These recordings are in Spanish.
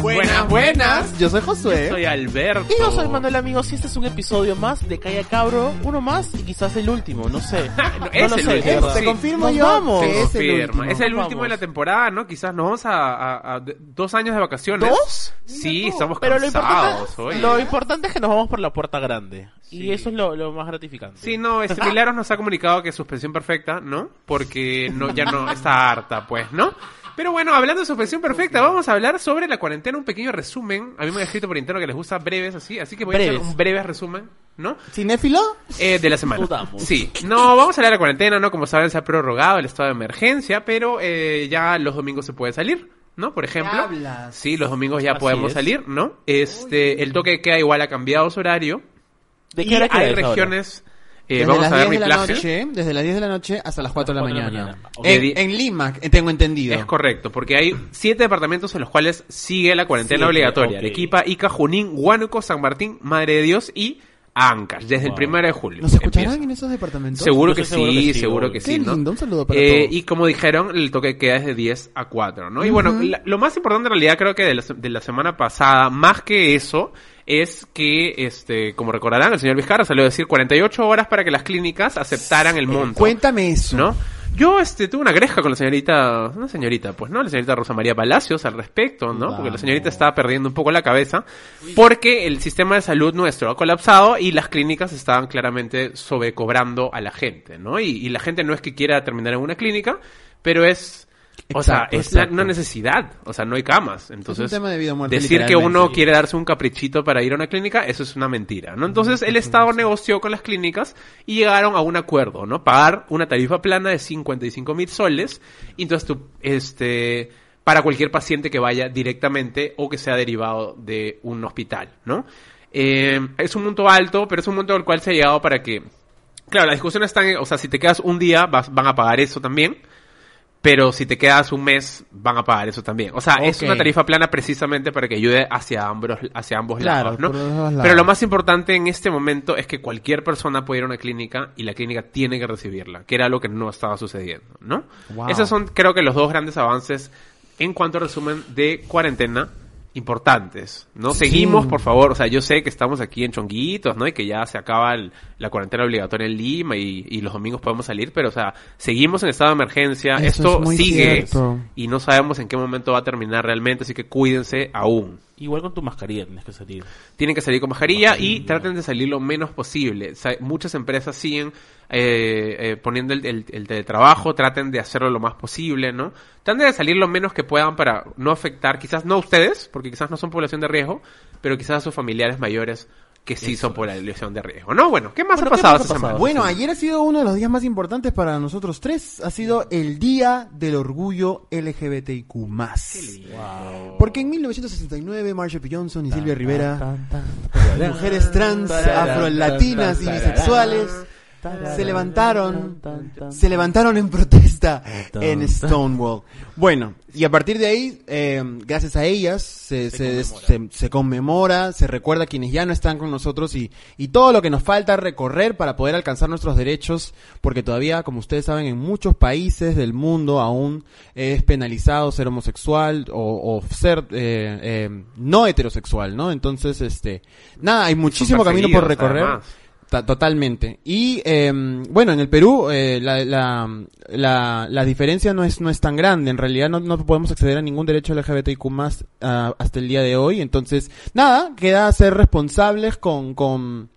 Buenas, buenas. Yo soy Josué. Soy Alberto. Y yo soy Manuel Amigos y este es un episodio más de Calla Cabro, uno más y quizás el último, no sé. Ah, No, No es lo el sé, último, ¿verdad? Te sí. confirmo Nos yo vamos. que es el Confirma. último. Es el Vamos. último de la temporada, ¿no? Quizás nos vamos a, a- a d- dos años de vacaciones. ¿Dos? Sí, Mira tú. estamos Pero lo cansados importante, oye. lo importante es que nos vamos por la puerta grande. Sí. Y eso es lo, lo más gratificante. Sí, no, este Milagros nos ha comunicado que suspensión perfecta, ¿no? Porque no, ya no está harta, pues, ¿no? Pero bueno, hablando de suspensión perfecta, vamos a hablar sobre la cuarentena, un pequeño resumen. A mí me han escrito por interno que les gusta breves, así, así que voy a Breves. hacer un breve resumen, ¿no? ¿Cinéfilo? Eh, de la semana. Dudamos. Sí. No, vamos a hablar de la cuarentena, ¿no? Como saben, se ha prorrogado el estado de emergencia, pero eh, ya los domingos se puede salir, ¿no? Por ejemplo. hablas? Sí, los domingos ya Así podemos es. salir, ¿no? Este, el toque queda igual ha cambiado su horario. ¿De y qué hora que hay es ahora? regiones. eh, Desde vamos las a ver mi 10 de la plagio. noche, desde las 10 de la noche hasta las 4 de la Cuatro de la mañana. mañana. Ok. En, en Lima, eh, tengo entendido. Es correcto, porque hay siete departamentos en los cuales sigue la cuarentena Siete, obligatoria. ok. Arequipa, Ica, Junín, Huánuco, San Martín, Madre de Dios y Ancash, desde el Wow. primero de julio. ¿Nos escucharán Empieza. en esos departamentos? Seguro Yo que, estoy sí, seguro que sí, seguro obvio. que Qué sí, ¿no? lindo, un saludo para Eh, todos. Y como dijeron, el toque de queda es de 10 a 4, ¿no? Y bueno, la- lo más importante en realidad creo que de la, se- de la semana pasada, más que eso, es que, este, como recordarán, el señor Vizcarra salió a decir 48 horas para que las clínicas aceptaran el monto. Eh, Cuéntame eso. ¿no? Yo este, tuve una greja con la señorita, una señorita, pues, ¿no? La señorita Rosa María Palacios al respecto, ¿no? Porque la señorita estaba perdiendo un poco la cabeza porque el sistema de salud nuestro ha colapsado y las clínicas estaban claramente sobrecobrando a la gente, ¿no? Y, y la gente no es que quiera terminar en una clínica, pero es... O sea, Exacto, es la- exacto. una necesidad, o sea, no hay camas. Entonces, tema de vida o muerte, decir que literalmente. uno quiere darse un caprichito para ir a una clínica, eso es una mentira, ¿no? Entonces el Estado negoció con las clínicas y llegaron a un acuerdo, ¿no? Pagar una tarifa plana de 55 mil soles y entonces tú, este, para cualquier paciente que vaya directamente o que sea derivado de un hospital, ¿no? Eh, es un monto alto, pero es un monto al cual se ha llegado para que... Claro, las discusiones están, en- o sea, si te quedas un día, vas- van a pagar eso también. Pero si te quedas un mes, van a pagar eso también. O sea, es Ok. una tarifa plana precisamente para que ayude hacia ambos, hacia ambos Claro, lados, ¿no? por los dos lados. Pero lo más importante en este momento es que cualquier persona puede ir a una clínica y la clínica tiene que recibirla, que era lo que no estaba sucediendo, ¿no? Wow. Esos son, creo que, los dos grandes avances en cuanto a resumen de cuarentena importantes, ¿no? Sí. Seguimos, por favor, o sea, yo sé que estamos aquí en chonguitos, ¿no? Y que ya se acaba el- la cuarentena obligatoria en Lima y, y los domingos podemos salir, pero, o sea, seguimos en estado de emergencia, Eso es esto muy sigue cierto. y no sabemos en qué momento va a terminar realmente, así que cuídense aún. Igual con tu mascarilla tienes que salir. Tienen que salir con mascarilla y traten de salir lo menos posible. O sea, muchas empresas siguen eh, eh, poniendo el, el- el teletrabajo, traten de hacerlo lo más posible, ¿no? Traten de salir lo menos que puedan para no afectar, quizás no a ustedes, porque quizás no son población de riesgo, pero quizás a sus familiares mayores que sí son población de riesgo. No, bueno, ¿qué más Bueno, ha ¿qué pasado más esta ha semana? pasado? Bueno, ayer ha sido uno de los días más importantes para nosotros tres. Ha sido el Día del Orgullo LGBTIQ+. Porque en 1969 Marshall P. Johnson y Silvia Rivera, mujeres trans, afrolatinas y bisexuales, se levantaron, se levantaron en protesta en Stonewall. Bueno, y a partir de ahí, eh, gracias a ellas, se, se, se- se conmemora, se recuerda a quienes ya no están con nosotros y, y todo lo que nos falta recorrer para poder alcanzar nuestros derechos, porque todavía, como ustedes saben, en muchos países del mundo aún es penalizado ser homosexual o, o ser eh, eh, no heterosexual, ¿no? Entonces, este, nada, hay muchísimo camino por perseguidos, recorrer. además. Ta- Totalmente. Y eh, bueno, en el Perú eh, la, la, la, la diferencia no es, no es tan grande. En realidad no, no podemos acceder a ningún derecho LGBTIQ más ah, hasta el día de hoy. Entonces, nada, queda ser responsables con, con,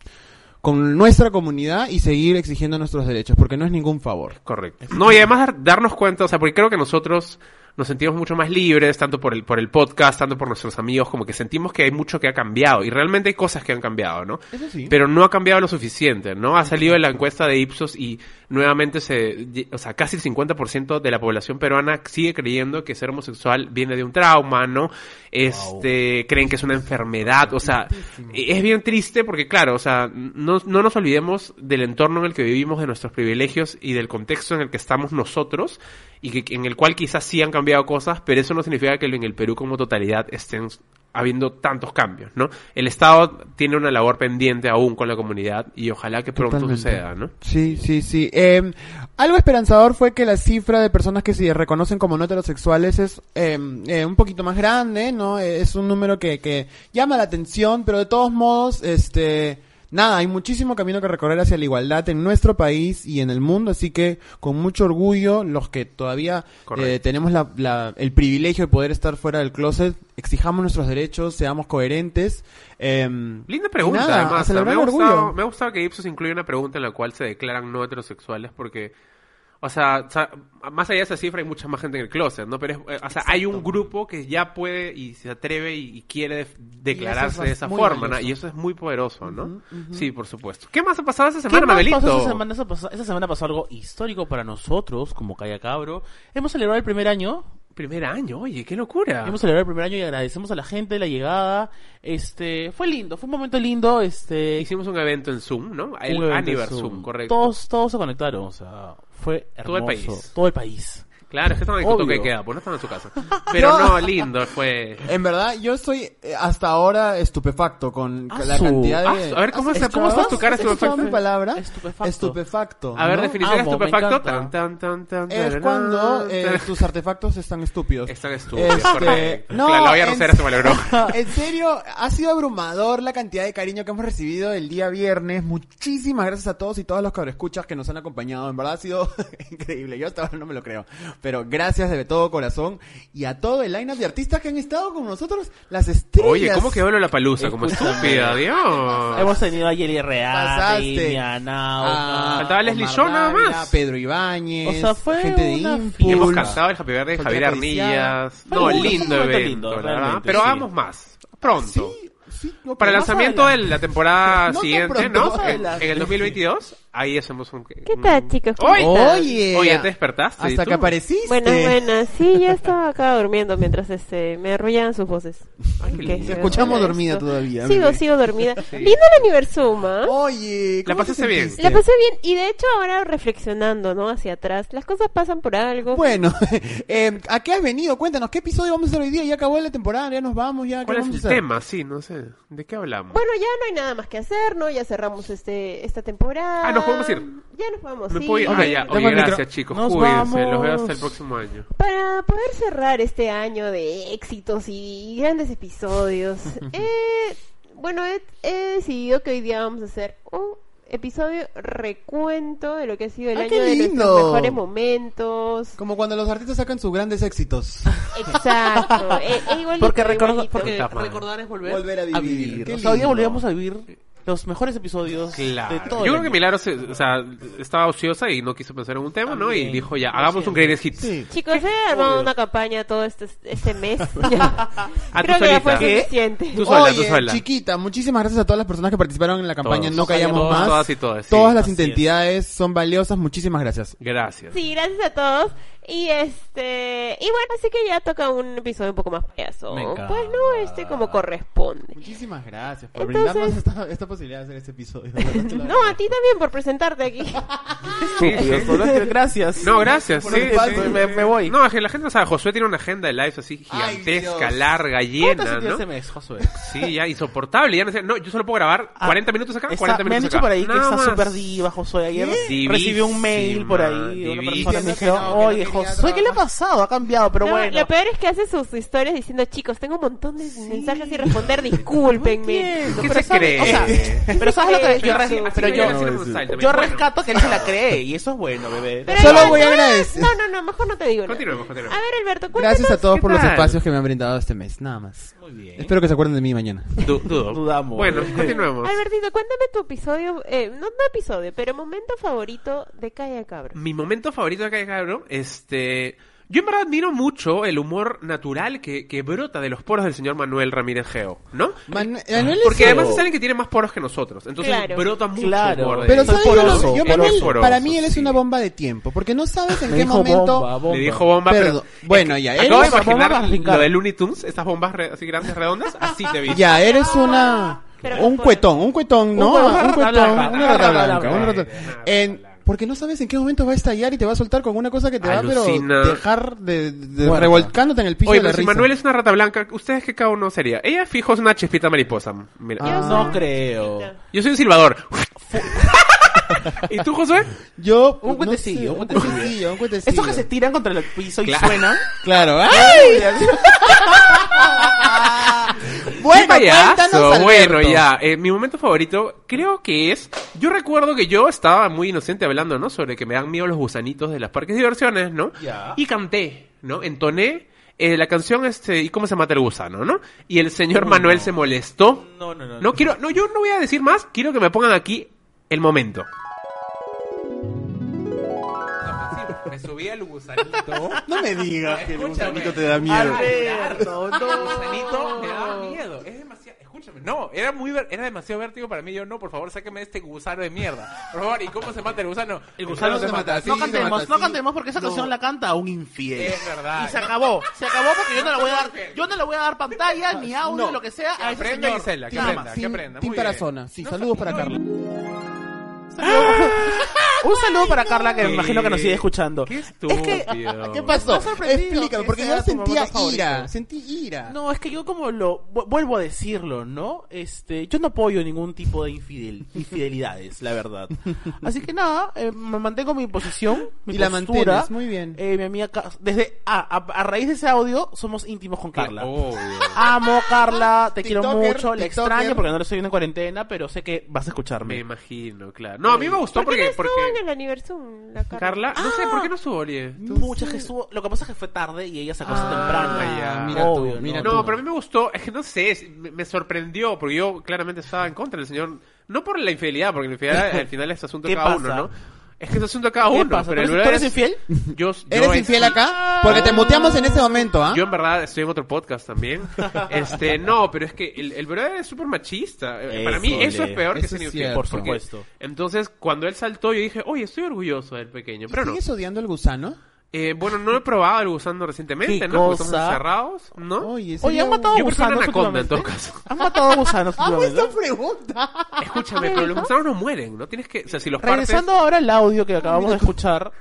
con nuestra comunidad y seguir exigiendo nuestros derechos, porque no es ningún favor. Correcto. No, y además dar- darnos cuenta, o sea, porque creo que nosotros nos sentimos mucho más libres, tanto por el, por el podcast, tanto por nuestros amigos, como que sentimos que hay mucho que ha cambiado, y realmente hay cosas que han cambiado, ¿no? Eso sí. Pero no ha cambiado lo suficiente, ¿no? Ha salido de la encuesta de Ipsos y nuevamente se, o sea, casi el 50% de la población peruana sigue creyendo que ser homosexual viene de un trauma, ¿no? Este, creen que es una enfermedad, o sea, es bien triste porque claro, o sea, no, no nos olvidemos del entorno en el que vivimos, de nuestros privilegios y del contexto en el que estamos nosotros y que, en el cual quizás sí han cambiado cosas, pero eso no significa que en el Perú como totalidad estén habiendo tantos cambios, ¿no? El Estado tiene una labor pendiente aún con la comunidad y ojalá que pronto Totalmente. suceda, ¿no? Sí, sí, sí. Eh, algo esperanzador fue que la cifra de personas que se reconocen como no heterosexuales es eh, eh, un poquito más grande, ¿no? Eh, Es un número que, que llama la atención, pero de todos modos, este... Nada, hay muchísimo camino que recorrer hacia la igualdad en nuestro país y en el mundo, así que con mucho orgullo los que todavía Correcto. eh, tenemos la- la- el privilegio de poder estar fuera del closet, exijamos nuestros derechos, seamos coherentes. em, Linda pregunta, nada, a además. celebrar Me ha, el gustado, orgullo. me ha gustado que Ipsos incluya una pregunta en la cual se declaran no heterosexuales porque, o sea, sa- más allá de esa cifra hay mucha más gente en el closet, ¿no? Pero, es- eh, o sea, hay un grupo que ya puede y se atreve y, y quiere def- declararse bas- de esa muy forma, ¿no? valioso. Y eso es muy poderoso, ¿no? Ujú, ujú. Sí, por supuesto. ¿Qué más ha pasado esta ¿Qué semana, más Mabelito? pasó esa semana? Esa, pasó- esa semana pasó algo histórico para nosotros, como Calla Cabro. Hemos celebrado el primer año. Primer año, oye, qué locura. Hemos celebrado el primer año y agradecemos a la gente la llegada. Este, fue lindo, fue un momento lindo. Este, Eh, Hicimos un evento en Zoom, ¿no? El un evento Anniversary Zoom. Zoom, correcto. Todos, todos se conectaron, o sea, fue hermoso. Todo el país. Todo el país. Claro, es que estaban en el toque Obvio. de queda, pues no estaban en su casa. Pero no, lindo, fue... En verdad, yo estoy eh, hasta ahora estupefacto con Ah, la su- cantidad ah, de... su- a ver, ¿cómo se- cómo estabas- estás tu cara escuchaba estupefacto? mi palabra? Estupefacto. Estupefacto, A ver, ¿no? definición Amo, de me estupefacto. encanta. Tan, tan, tan, tan, Es tararán, cuando eh, tan. tus artefactos están estúpidos. Están estúpidos, Este, correcto. no, la, la olla en- rosera se valoró. en serio, ha sido abrumador la cantidad de cariño que hemos recibido el día viernes. Muchísimas gracias a todos y todas los escuchas que nos han acompañado. En verdad ha sido increíble. Yo hasta ahora no me lo creo. Pero gracias de todo corazón y a todo el lineup de artistas que han estado con nosotros. Las estrellas. Oye, ¿cómo quedó la palusa? Como Escúchame. estúpida, Dios. Hemos tenido a Yeli Real, Pasaste. Miana, Ah, Faltaba Leslie Omar Shaw nada Dávila, más. Pedro Ibáñez. O sea, fue gente de una Impulse. Y hemos Pulsa. cantado el Happy Birthday de Fue Javier acariciada. Arnillas. Fue No, lindo, lindo fue un momento evento, lindo, la verdad. realmente, Pero sí. hagamos más. Pronto. Sí, sí, ok, Para el más lanzamiento de adelante. la temporada No tan siguiente, pronto, ¿no? más En, adelante. en el 2022, ahí hacemos un... ¿Qué tal, chicos? ¿Cómo ¡Oye! están? Oye. Oye, ¿te despertaste? ¿Y Hasta tú? que apareciste. Buenas, buenas. Sí, ya estaba acá durmiendo mientras este, me arrullaban sus voces. Ay, qué Ok, lindo. se me escuchamos fue dormida esto. todavía, Sigo, bebé. Oh, sigo dormida. Lindo el universuma. Oye, ¿cómo La pasaste te bien. sentiste? La pasé bien. Y de hecho, ahora reflexionando, ¿no? Hacia atrás. Las cosas pasan por algo. Bueno, eh, ¿a qué has venido? Cuéntanos, ¿qué episodio vamos a hacer hoy día? Ya acabó la temporada, ya nos vamos, ya. ¿qué ¿Cuál es vamos el a hacer? tema? Sí, no sé. ¿De qué hablamos? Bueno, ya no hay nada más que hacer, ¿no? Ya cerramos este esta temporada. Ah, ¿nos podemos ir? Ya nos podemos Me ir. puedo ir. Ok, Ah, ya. tengo Oye, el micro. gracias, chicos. Nos Cuídense. Los veo vamos. hasta el próximo año. Para poder cerrar este año de éxitos y grandes episodios, eh, bueno, he, he decidido que hoy día vamos a hacer un episodio recuento de lo que ha sido el ¡Ah, qué año de lindo! nuestros mejores momentos. Como cuando los artistas sacan sus grandes éxitos. Exacto. eh, eh, igualito, Porque, recorda- igualito. porque Puta madre. recordar es volver, Volver a vivir. Qué O sea, hoy día lindo. volvíamos a vivir los mejores episodios de Claro. todo. Yo el creo que año. Milagros se- o sea, estaba ociosa y no quiso pensar en un tema, ¿no? Y También, dijo ya, lo hagamos un siento. Greatest Hits. Sí. Chicos, he armado Obvio. una campaña todo este, este mes. Ya. Ah, tú Creo que ya fue solita. ¿Qué? suficiente. Tú sola, Oye, tú sola. chiquita, muchísimas gracias a todas las personas que participaron en la campaña Todos. No Callamos Todos, Más. todas y todas, sí, Todas las así es. identidades son valiosas, muchísimas gracias. Gracias. Sí, gracias a todos. Y este, y bueno, así que ya toca un episodio un poco más payaso. Me encanta. Pues no, este como corresponde. Muchísimas gracias por Entonces- brindarnos esta, posibilidad de hacer este episodio. No, a ti también por presentarte aquí. Sí, sí. Solo es que gracias. No, gracias. Por sí, el sí, paso, sí. me- me voy. No, es que la gente no sabe. Josué tiene una agenda de lives así Ay, gigantesca, Dios. larga, ¿Cuántas llena, ese ¿no? mes, Josué? Sí, ya insoportable. Ya no, sé- no, yo solo puedo grabar Ah, 40 minutos acá, Está- 40 minutos me han dicho acá. por ahí que Nada está más. súper diva, Josué. Ayer ¿Qué? recibí un mail Divísima, por ahí de una divísima. persona que Diciendo me dijeron, que no, que no oye, quería Josué, ¿qué le ha trabajar". pasado? Ha cambiado, pero No, bueno. Lo peor es que hace sus historias diciendo, chicos, tengo un montón de mensajes y responder, discúlpenme. entiendo, ¿Qué pero se sabe- cree? o sea, pero sabes lo que yo, Pero res- Así- así pero me yo, llega Silicon Style también. yo Bueno, rescato que él se la cree y eso es bueno, bebé. Pero Solo ya, voy a no, agradecer. No, no, no, mejor no te digo nada. Continuemos, A continuemos. ver, Alberto, Gracias a cuéntanos. todos ¿Qué por los tal? espacios que me han brindado este mes, nada más. Muy bien. Espero que se acuerden de mí mañana. Du- dudo. Dudamos. Bueno, continuemos. Albertito, cuéntame tu episodio, eh, no, no episodio, pero momento favorito de Calla Cabra. Mi momento favorito de Calle Cabrón, este... Yo en verdad admiro mucho el humor natural que, que brota de los poros del señor Manuel Ramírez Geo, ¿no? Manu- Manuel es Porque un- además es alguien que tiene más poros que nosotros. Ences Claro. brota mucho Claro. humor de Pero él. ¿sabes? yo Poroso, lo- yo- poroso, Manuel, poroso, para mí él es sí. una bomba de tiempo, porque no sabes en Me qué dijo momento... bomba, bomba. Le dijo bomba, Perdón. pero... Bueno, ya, Acabo de eres- bomba imaginar rasgada. lo de Looney Tunes, estas bombas re- así grandes, redondas, así te vi. Ya, eres una... Pero Un por- cuetón, un cuetón, ¿no? Un Un cuetón, cuetón, una rata una rata blanca, blanca, una una rata- rata En- blanca. Porque no sabes en qué momento va a estallar y te va a soltar con una cosa que te va Alucina. a pero dejar de, de- Muerta. revolcándote en el piso Oye, de la pero si risa. Manuel es una rata blanca, ¿ustedes qué cada uno sería? Ella fijo es una chispita mariposa. Mira. Ah. No creo. Yo soy un silbador. ¿Y tú, Josué? Yo Un no cuentecillo, sé, un un cuentecillo. cuentecillo, un cuentecillo. Estos que se tiran contra el piso y Claro. suenan. Claro, ¿eh? ¡Qué payaso! Bueno, ya. Eh, mi momento favorito creo que es... Yo recuerdo que yo estaba muy inocente hablando, ¿no? Sobre que me dan miedo los gusanitos de las parques de diversiones, ¿no? Ya. Y canté, ¿no? Entoné eh, la canción, este... ¿Y cómo se mata el gusano, no? Y el señor Manuel se molestó. No, no, no. No quiero... No, yo no voy a decir más. Quiero que me pongan aquí el momento. pues Me subí al gusanito. No me digas que el Escúchame. gusanito te da miedo. Alberto, gusanito me daba no. miedo. Es demasiado. Escúchame. No, era muy ver- era demasiado vértigo para mí. Yo no, por favor, sáqueme este gusano de mierda. Por favor, ¿y cómo se mata el gusano? El gusano se mata. así, No se cantemos, mata no así. cantemos porque esa No. canción la canta un infiel. Es verdad. Y se acabó. Se acabó porque yo no le voy a dar, yo no le voy a dar pantalla, ni audio, No. lo que sea, a ese aprenda, señor. Gisela, que Nada aprenda. más. que aprenda, muy bien. para zona. Sí, No, saludos para no, Carla. Un saludo para Carla que me imagino que nos sigue escuchando. Qué Es que, estúpido. ¿Qué pasó? Me ha sorprendido Explícame, que porque yo sea tu sentía momento favorito. ira. Sentí ira. No, es que yo como lo vu- vuelvo a decirlo, ¿no? Este, yo no apoyo ningún tipo de infidel, infidelidades, la verdad. Así que nada, eh, me mantengo mi posición, mi Y la postura. mantienes, muy bien. Eh, mi amiga Ca- desde ah, a, a raíz de ese audio somos íntimos con Ah, Carla. oh. Obvio. Amo Carla, te quiero TikToker, mucho, le TikToker. extraño porque no lo estoy viendo en cuarentena, pero sé que vas a Me escucharme. imagino, claro. No, a mí me gustó ¿Por qué no porque. estuvo en porque... el aniversario la Carla? Carla, no sé, Ah. ¿por qué no subo, Olie? Muchas que estuvo- lo que pasa es que fue tarde y ella sacó eso Ah, temprano. ya. Mira tú, Obvio, mira ¿no? tú. No, pero a mí me gustó, es que no sé, es- me, me sorprendió, porque yo claramente estaba en contra del señor, no por la infidelidad, porque la infidelidad al final es asunto de ¿Qué cada pasa? uno, ¿no? Es que es asunto de cada ¿Qué uno, pasa? pero en ¿Tú verdad eres- tú eres es- infiel? Yo, yo ¿Eres es- infiel acá? Porque te muteamos en este momento, ¿ah? Yo en verdad estoy en otro podcast también. Este, no, pero es que el, el verdadero es súper machista. Eh, Para mí Eso, eso es le- peor que eso ser es infiel. cierto. Por porque- supuesto. Entonces, cuando él saltó, yo dije, oye, estoy orgulloso del pequeño. Pero no. ¿Sigues odiando al gusano? Eh, bueno, no he probado el gusano recientemente, ¿Qué ¿no? Gusanos cosa? cerrados, ¿no? Oye, Oye, sería han un- matado Yo prefiero gusanos. una anaconda, en últimamente? todo caso. Han matado gusanos. Hago últimamente? esta pregunta. Escúchame, pero los gusanos no mueren, ¿no? Tienes que, o sea, si los Regresando partes... ahora al audio que acabamos de escuchar,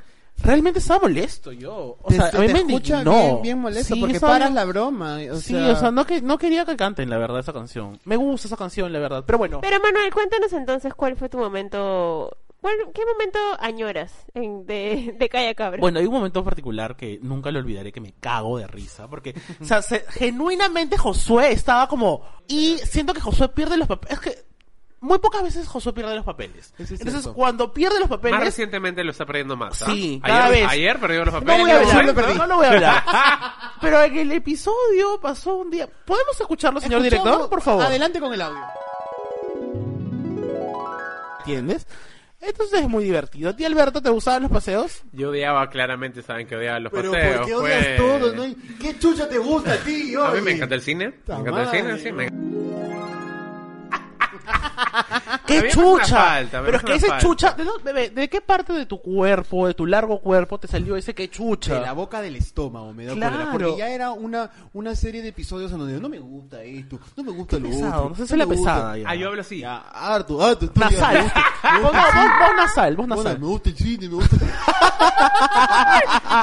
realmente estaba molesto yo. O Te- sea, te- a mí te me escucha indignó. bien, bien molesto Sí, porque yo estaba- paras la broma. O Sí, sea, o sea, no, que, no quería que canten, la verdad, esa canción. Me gusta esa canción, la verdad. Pero bueno, Pero Manuel, cuéntanos entonces cuál fue tu momento, cuál, qué momento añoras en- de, de Calla Cabra. bueno, hay un momento en particular que nunca lo olvidaré que me cago de risa. Porque, o sea, se- genuinamente Josué estaba como. Y siento que Josué pierde los papeles. Es que muy pocas veces Josué pierde los papeles. Eso es Entonces, cierto. cuando pierde los papeles. Más recientemente lo está perdiendo más. ¿ah? Sí, ayer, cada vez. ayer perdió los No papeles. voy a ¿no? hablar, lo perdí. no lo voy a hablar. Pero en el episodio pasó un día. ¿Podemos escucharlo, señor Escuchamos- director? Por favor. Adelante con el audio. ¿Entiendes? Entonces es muy divertido. ¿A ti, Alberto, te gustaban los paseos? Yo odiaba, claramente saben que odiaba los Pero paseos. ¿por qué pues. odias todo? no? ¿Qué chucha te gusta a ti? A mí oye? me encanta el cine. Me encanta el madre. cine, sí. Me... ¡Qué me hace una chucha! falta, me Pero es hace que una ese falta. chucha. ¿de, dónde- bebé, ¿de qué parte de tu cuerpo, de tu largo cuerpo, te salió ese qué chucha? De la boca del estómago me da Claro. cólera, porque ya era una, una serie de episodios en donde no me gusta esto, no me gusta lo pesado, otro. no sé si la me gusta. pesada ya. Ah, yo hablo así. Ya, harto, harto. estoy Nasal. harto. vos, no, vos, vos nasal, vos Bueno, nasal. me gusta el cine, me gusta...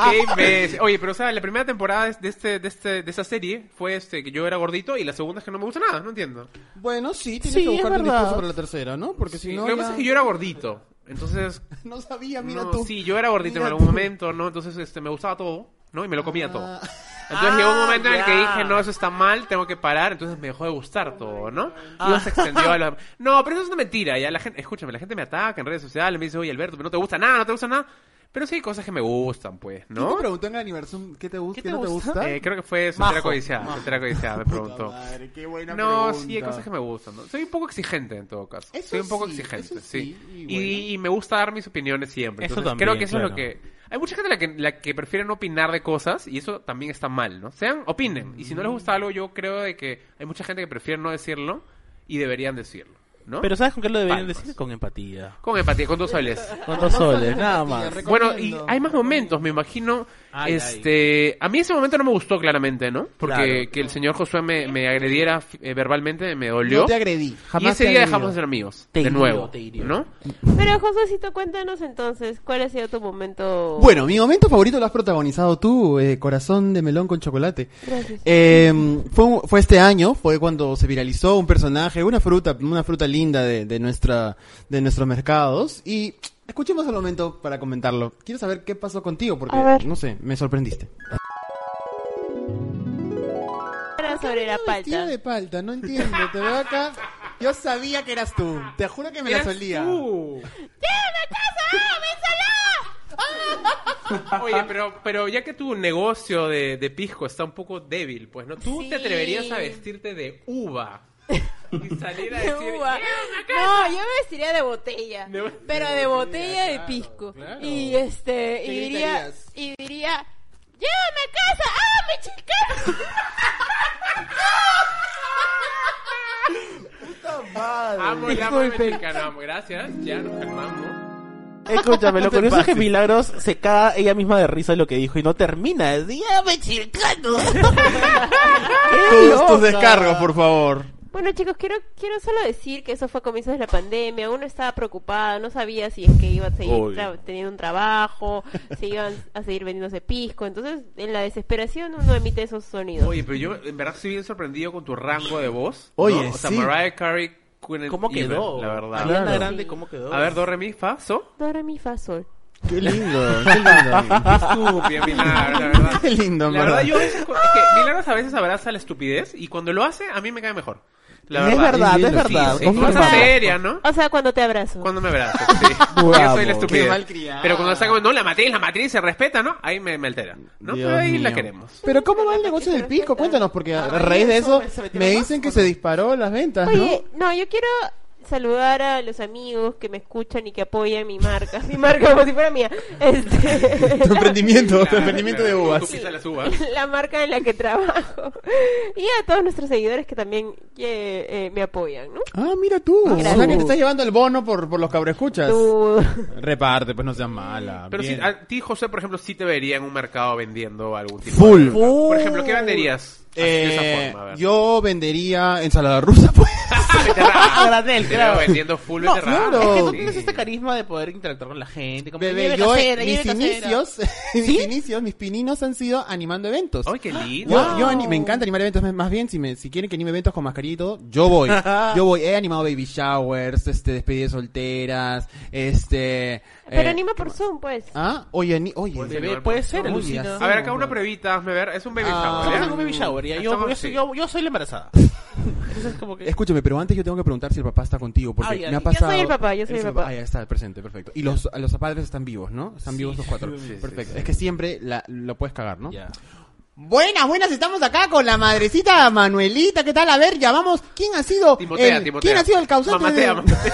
Qué imbécil. Ah. Oye, pero o sea, la primera temporada de, este, de, este, de esa serie fue este, que yo era gordito y la segunda es que no me gusta nada, no entiendo. Bueno, sí, tienes Sí, que es buscarte un verdad. discurso para la tercera, ¿no? Porque si Sí, no lo que ya- pasa es que yo era gordito. Entonces, No sabía, mira no, tú. sí, yo era gordito en Mira algún tú. momento, ¿no? Entonces este, me gustaba todo, ¿no? Y me lo comía todo. Entonces Ah, llegó un momento en el que ya. dije, no, eso está mal, tengo que parar, entonces me dejó de gustar todo, ¿no? Y Ah. luego se extendió a los... No, pero eso es una mentira, ya la gente, escúchame, la gente me ataca en redes sociales, me dice, oye Alberto, pero no te gusta nada, no te gusta nada. Pero sí hay cosas que me gustan, pues, ¿Quién ¿no? te preguntó en el aniversario qué te gusta, ¿Qué qué te no te gusta? gusta? Eh, creo que fue Soltera Majo, Codiciada, majo. Soltera Codiciada me preguntó. Madre, qué buena No, pregunta. sí, hay cosas que me gustan. ¿no? Soy un poco exigente en todo caso. Eso Soy un poco sí, exigente, eso sí. sí, y Y, bueno. y me gusta dar mis opiniones siempre. Eso Entonces, también, creo que eso es lo claro. que... Hay mucha gente la que, la que prefiere no opinar de cosas y eso también está mal, ¿no? Sean, opinen. Y si no les gusta algo, yo creo de que hay mucha gente que prefiere no decirlo y deberían decirlo, ¿no? Pero ¿sabes con qué lo deberían Palmas. decir? Con empatía. Con empatía, con dos soles. Con dos soles, nada más. Recomiendo. Bueno, y hay más momentos, me imagino. Ay, este, a mí ese momento no me gustó claramente, ¿no? Porque Claro. que el señor Josué me, me agrediera eh, verbalmente me dolió. Yo te agredí. y Jamás ese te día agredí. dejamos de ser amigos, Te de hirió, nuevo, te hirió. ¿no? Pero Josuecito, cuéntanos entonces, ¿cuál ha sido tu momento? Bueno, mi momento favorito lo has protagonizado tú, eh, Corazón de Melón con Chocolate. Gracias. Eh, fue, un- fue este año, fue cuando se viralizó un personaje, una fruta, una fruta linda de, de nuestra, de nuestros mercados. Y escuchemos el momento para comentarlo. Quiero saber qué pasó contigo, porque A ver. no sé, me sorprendiste. Ahora sobre la Tío palta. de palta, no entiendo. Te veo acá. Yo sabía que eras tú. Te juro que me la Eras solía. tú. Oye, pero, pero ya que tu negocio de, de pisco está un poco débil, pues, ¿no? ¿Tú Sí. te atreverías a vestirte de uva? Y salir a De decir... uva. No, yo me vestiría de botella, De- pero de botella de pisco. Y este, y ¿Qué diría, gritarías? y diría, llévame a casa, hágame chica. Amo el amo Disculpen. mexicano, amo. Gracias, ya nos calmamos. Escúchame, lo No te curioso es que pases. Milagros se caga ella misma de risa de lo que dijo y no termina. Es ¡Dígame, chicano! Tus, tus descargos, por favor. Bueno chicos, quiero, quiero solo decir que eso fue a comienzos de la pandemia, uno estaba preocupado, no sabía si es que iba a seguir Obvio. tra- teniendo un trabajo, si iban a seguir vendiéndose pisco, entonces en la desesperación uno emite esos sonidos. Oye, pero yo en verdad estoy bien sorprendido con tu rango de voz. ¿no? Oye, O sea, sí. Mariah Carey, Queen ¿Cómo Eve, quedó? La verdad. Ariana Claro. Grande, ¿cómo quedó? A ver, do, re, mi, fa, so. Do, re, mi, fa, sol. Qué lindo, qué lindo. Estúpida, Milagros, la verdad. Qué lindo, en La verdad, verdad. yo a veces- es que Milagros a veces abraza la estupidez y cuando lo hace, a mí me cae mejor. La Es verdad. verdad, Sí, es sí, verdad. Sí, Es cosa verdad. seria, ¿no? O sea, cuando te abrazo. Cuando me abrazas, sí. Porque Vamos, soy la estupidez. qué malcriada. Pero cuando está como, no, la matriz, la matriz se respeta, ¿no? Ahí me, me altera. ¿no? Dios Pero ahí la mío. queremos. Pero ¿cómo va el negocio del pisco? Cuéntanos, porque a raíz de eso me dicen que se disparó las ventas, ¿no? Oye, no, yo quiero saludar a los amigos que me escuchan y que apoyan mi marca. mi marca como si fuera mía. Este... Tu emprendimiento, tu Claro, emprendimiento de claro. uvas. Tú pisa las uvas. la marca en la que trabajo. Y a todos nuestros seguidores que también eh, eh, me apoyan, ¿no? Ah, mira tú. O Gracias. sea que te estás llevando el bono por, por los cabreescuchas. Tú- Reparte, pues no seas mala. Pero si, bien. a ti, José, por ejemplo, sí te vería en un mercado vendiendo algún tipo Full. de- Por ejemplo, ¿qué venderías? Así, de esa Eh, forma, a ver. yo vendería ensalada rusa, pues. Beterraga. A granel, Te claro. veo vendiendo full No, beterraga. claro. Es que tú Sí. tienes este carisma de poder interactuar con la gente. Como, Bebé, "Lleve eh, yo, casera, mis lleve casera". inicios, mis inicios, mis pininos han sido animando eventos. Ay, qué lindo. Yo, yo ani- me encanta animar eventos, más- más bien, si, me, si quieren que anime eventos con mascarilla y todo, yo voy. Yo voy, he animado baby showers, este, despedidas solteras, este... Pero eh, anima por Zoom, pues. Ah, oye, ani- oye. Pues, Bebé, puede ser, Oye, alucina. así. A ver, acá una pruebita, hazme ver. Es un baby Ah. shower. Estamos ¿ya? en un baby shower, ya. Yo, Estamos- yo, sí. soy- yo- yo soy la embarazada. Entonces, como que. Escúchame, pero antes yo tengo que preguntar si el papá está contigo, porque Ah, ya, me ha yo pasado... soy el papá, yo soy Eres el papá. Ah, ya está, presente, perfecto. Y los, los padres están vivos, ¿no? Están vivos los cuatro. Sí, sí, perfecto. sí. Es que siempre la, lo puedes cagar, ¿no? Ya. Buenas, buenas, estamos acá con la madrecita Manuelita, ¿qué tal? A ver, ya vamos, ¿quién ha sido Timotea, el, Timotea. ¿quién ha sido el causante Mamatea, de, mamatea.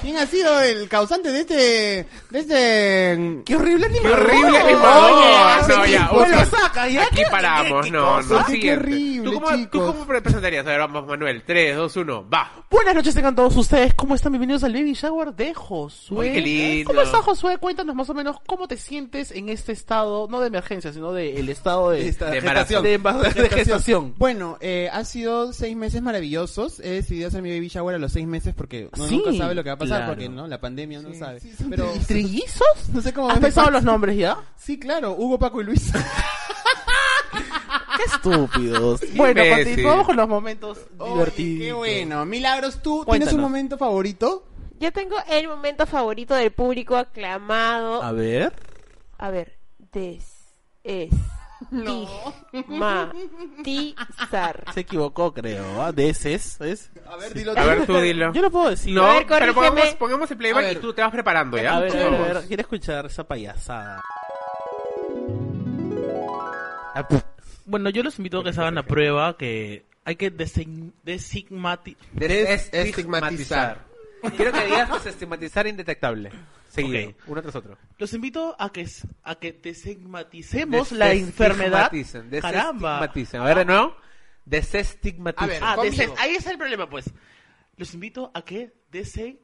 quién ha sido el causante de este de este Qué horrible Qué animador. horrible Oye, animador. ese no, ya, tipo usa. Pues lo saca, ya. Aquí ¿Qué- paramos, qué- qué no, cosa? no. Qué siguiente. horrible, ¿Tú cómo, ¿Tú chicos. cómo presentarías? A ver, vamos, Manuel. 3, 2, 1, va. Buenas noches tengan todos ustedes, ¿cómo están? Bienvenidos al Baby Shower de Josué. Uy, qué lindo. ¿Cómo estás, Josué? Cuéntanos más o menos cómo te sientes en este estado, no de emergencia, sino del estado de, De embarazo. de emba- de gestación. Bueno, eh, ha sido seis meses maravillosos. He decidido hacer mi baby shower a los seis meses porque uno Sí, nunca sabe lo que va a pasar, claro. porque no, la pandemia no sabe. Pero... Pero ¿Trillizos? no sé cómo ¿Has me- pensado los nombres ya? Sí, claro, Hugo, Paco y Luis. Qué estúpidos. bueno, Imbécil. continuamos con los momentos Oye, Qué divertidos. bueno, Milagros, tú tienes Cuéntanos. un momento favorito. Yo tengo el momento favorito del público aclamado. A ver. A ver, des... es... Matizar. Se equivocó, creo. ¿ah? De ese es, es. A ver, dilo. A ver, tú dilo. Yo lo puedo decir. No, A ver, pero corrígeme. pongamos, pongamos el A playback ver. y tú te vas preparando, ¿ya? A ver, a ver, a Vamos. ver. Quiero escuchar esa payasada. Ah, pff. Bueno, yo los invito a que se hagan la prueba que hay que design- desigmati- Desestigmatizar. Quiero que digas desestigmatizar indetectable. Seguido, Ok. uno tras otro. Los invito a que s- a que desigmaticemos la enfermedad. Desestigmaticen, Caramba. desestigmaticen. A ver, de nuevo. Desestigmaticen. A ver, Ah, conmigo. deses- ahí está el problema, pues. los invito a que deseen...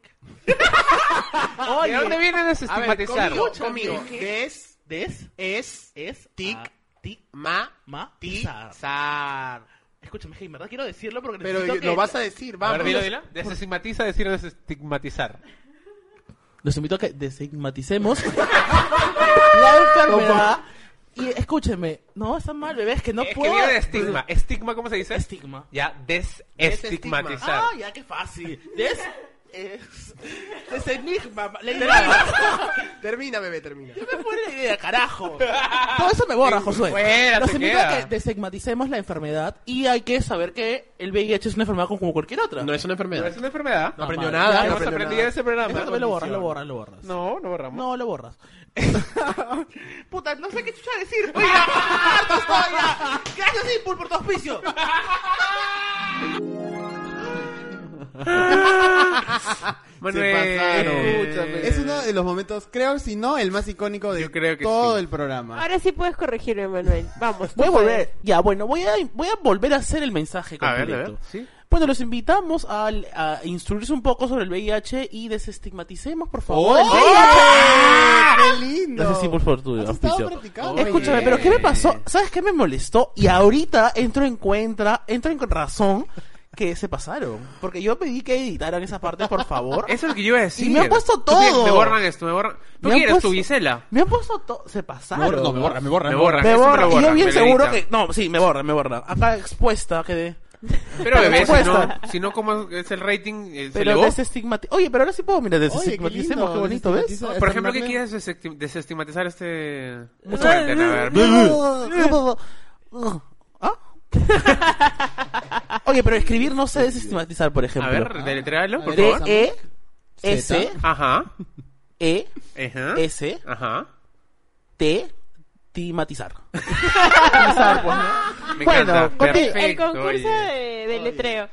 ¿De dónde viene desestigmatizar? conmigo. Des, Des... es, Es... Tic. a- Tic. ma, Ma. ti, Tizar. zar. Escúchame, hey, en verdad quiero decirlo porque Pero necesito lo que- vas a decir, A vamos. ver, dilo, dilo. Desestigmatiza, decir desestigmatizar. Los invito a que desigmaticemos la enfermedad. Y escúchenme, no, está mal, bebé, es que no es puedo. que viene de estigma. ¿Estigma cómo se dice? Estigma. Ya, desestigmatizar. Ah, ya, qué fácil. Des. Es. Desenigma. La idea. Termina, bebé, termina. me pone la idea, carajo. Todo eso me borra, Josué. Fuera, Los se invito queda. a que destigmaticemos la enfermedad y hay que saber que el VIH es una enfermedad como cualquier otra. No es una No enfermedad. es una enfermedad. No aprendió Ya nada, Ah, no Hemos aprendió aprendido nada. de ese programa. Eso también lo borras, lo borras, lo borras. No, no borramos. No, lo borras. Puta, no sé qué chucha decir. Pues ya, harto estoy ya. Gracias, Impul, por tu auspicio. Manuel. Se pasaron. eh, Escúchame. Es uno de los momentos, creo, si no, el más icónico de Yo creo que todo sí. el programa. Ahora sí puedes corregirme, Manuel. Vamos. Voy a tú volver. Ya, bueno, voy a, voy a volver a hacer el mensaje A ver, a completo. ver, sí. Bueno, los invitamos al- a, instruirse un poco sobre el VIH y desestigmaticemos, por favor. el ¡Oh! VIH. ¡Oh! ¡Qué lindo! Gracias, Simple, por tu Has auspicio. estado practicando. Escúchame, Oye. pero ¿qué me pasó? ¿Sabes qué me molestó? Y ahorita entro en cuenta, entro en razón que se pasaron. Porque yo pedí que editaran esa parte, por favor. Eso es lo que yo iba a decir. Y me han puesto Tú tienes- todo. Me borran esto, me borran. ¿Tú Me han quieres puesto- tu Gisela? Me han puesto todo. Se pasaron. borra, me Me borran. Me eso borra. lo Y yo borran, bien me lo seguro que. editan. No, sí, me borra, me borra. Acá expuesta quedé. Pero bebé, si Cuesta. no, si no, ¿cómo es el rating? Eh, ¿Se Pero elevó? desestigmatiza. Oye, pero ahora sí puedo, mira, Oye, qué desestigmaticemos, lindo, qué, bonito, ¿ves? desestigmatiza- Por ejemplo, ¿qué Marlene. quieres desestim- desestigmatizar este... No, esta cuarentena? A ver. ¿Ah? Oye, pero escribir no sé desestigmatizar, por A ejemplo. ver, deletréalo, por A ver. favor. D E S Z. Ajá. E ¿Ah? Ajá. S Ajá. T timatizar. Me Bueno, encanta. conti- Perfecto. El concurso oye. de, de letreo.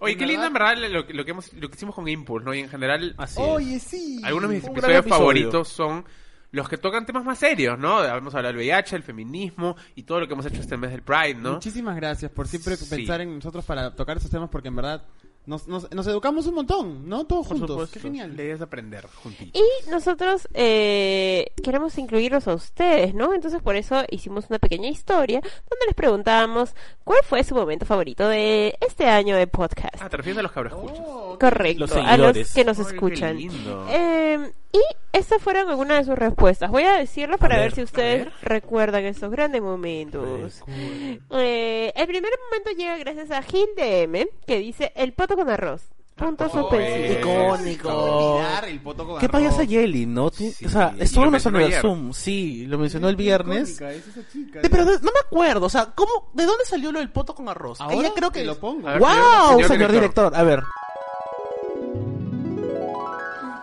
Oye, qué En lindo en verdad lo, lo que hemos, lo que hicimos con Impulse, ¿no? Y en general, Así es. Oye, sí. algunos de mis un gran episodios episodio. favoritos son los que tocan temas más serios, ¿no? Hemos hablado del VIH, el feminismo y todo lo que hemos hecho este mes del Pride, ¿no? Muchísimas gracias por siempre Sí. pensar en nosotros para tocar estos temas porque en verdad nos, nos, nos educamos un montón, ¿no? Todos juntos. Qué genial. Le debes aprender juntitos. Y nosotros eh, queremos incluirlos a ustedes, ¿no? Entonces por eso hicimos una pequeña historia donde les preguntábamos cuál fue su momento favorito de este año de podcast. Ah, te refieres a los cabros escuchas. Correcto, Los a los seguidores. que nos Ay, qué escuchan. lindo. Eh, y estas fueron algunas de sus respuestas. Voy a decirlas para ver, ver, si ustedes recuerdan esos grandes momentos. Eh, el primer momento llega gracias a Gil DM, que dice el pato con arroz. Ah, Punto oh, eh. suspensivo. Icónico. el poto con Qué arroz. payasa Jelly, ¿no? Ti- Sí, o sea, estuvo lo en nuestro mencionó ayer. Zoom, sí, lo mencionó el Qué viernes. icónica es esa chica, De- pero ¿no? de- no me acuerdo, o sea, ¿cómo, ¿de dónde salió lo del poto con arroz? Ahora Ella creo que te lo pongo. A ver, ¡Wow, señor- señor, señor director. director! A ver.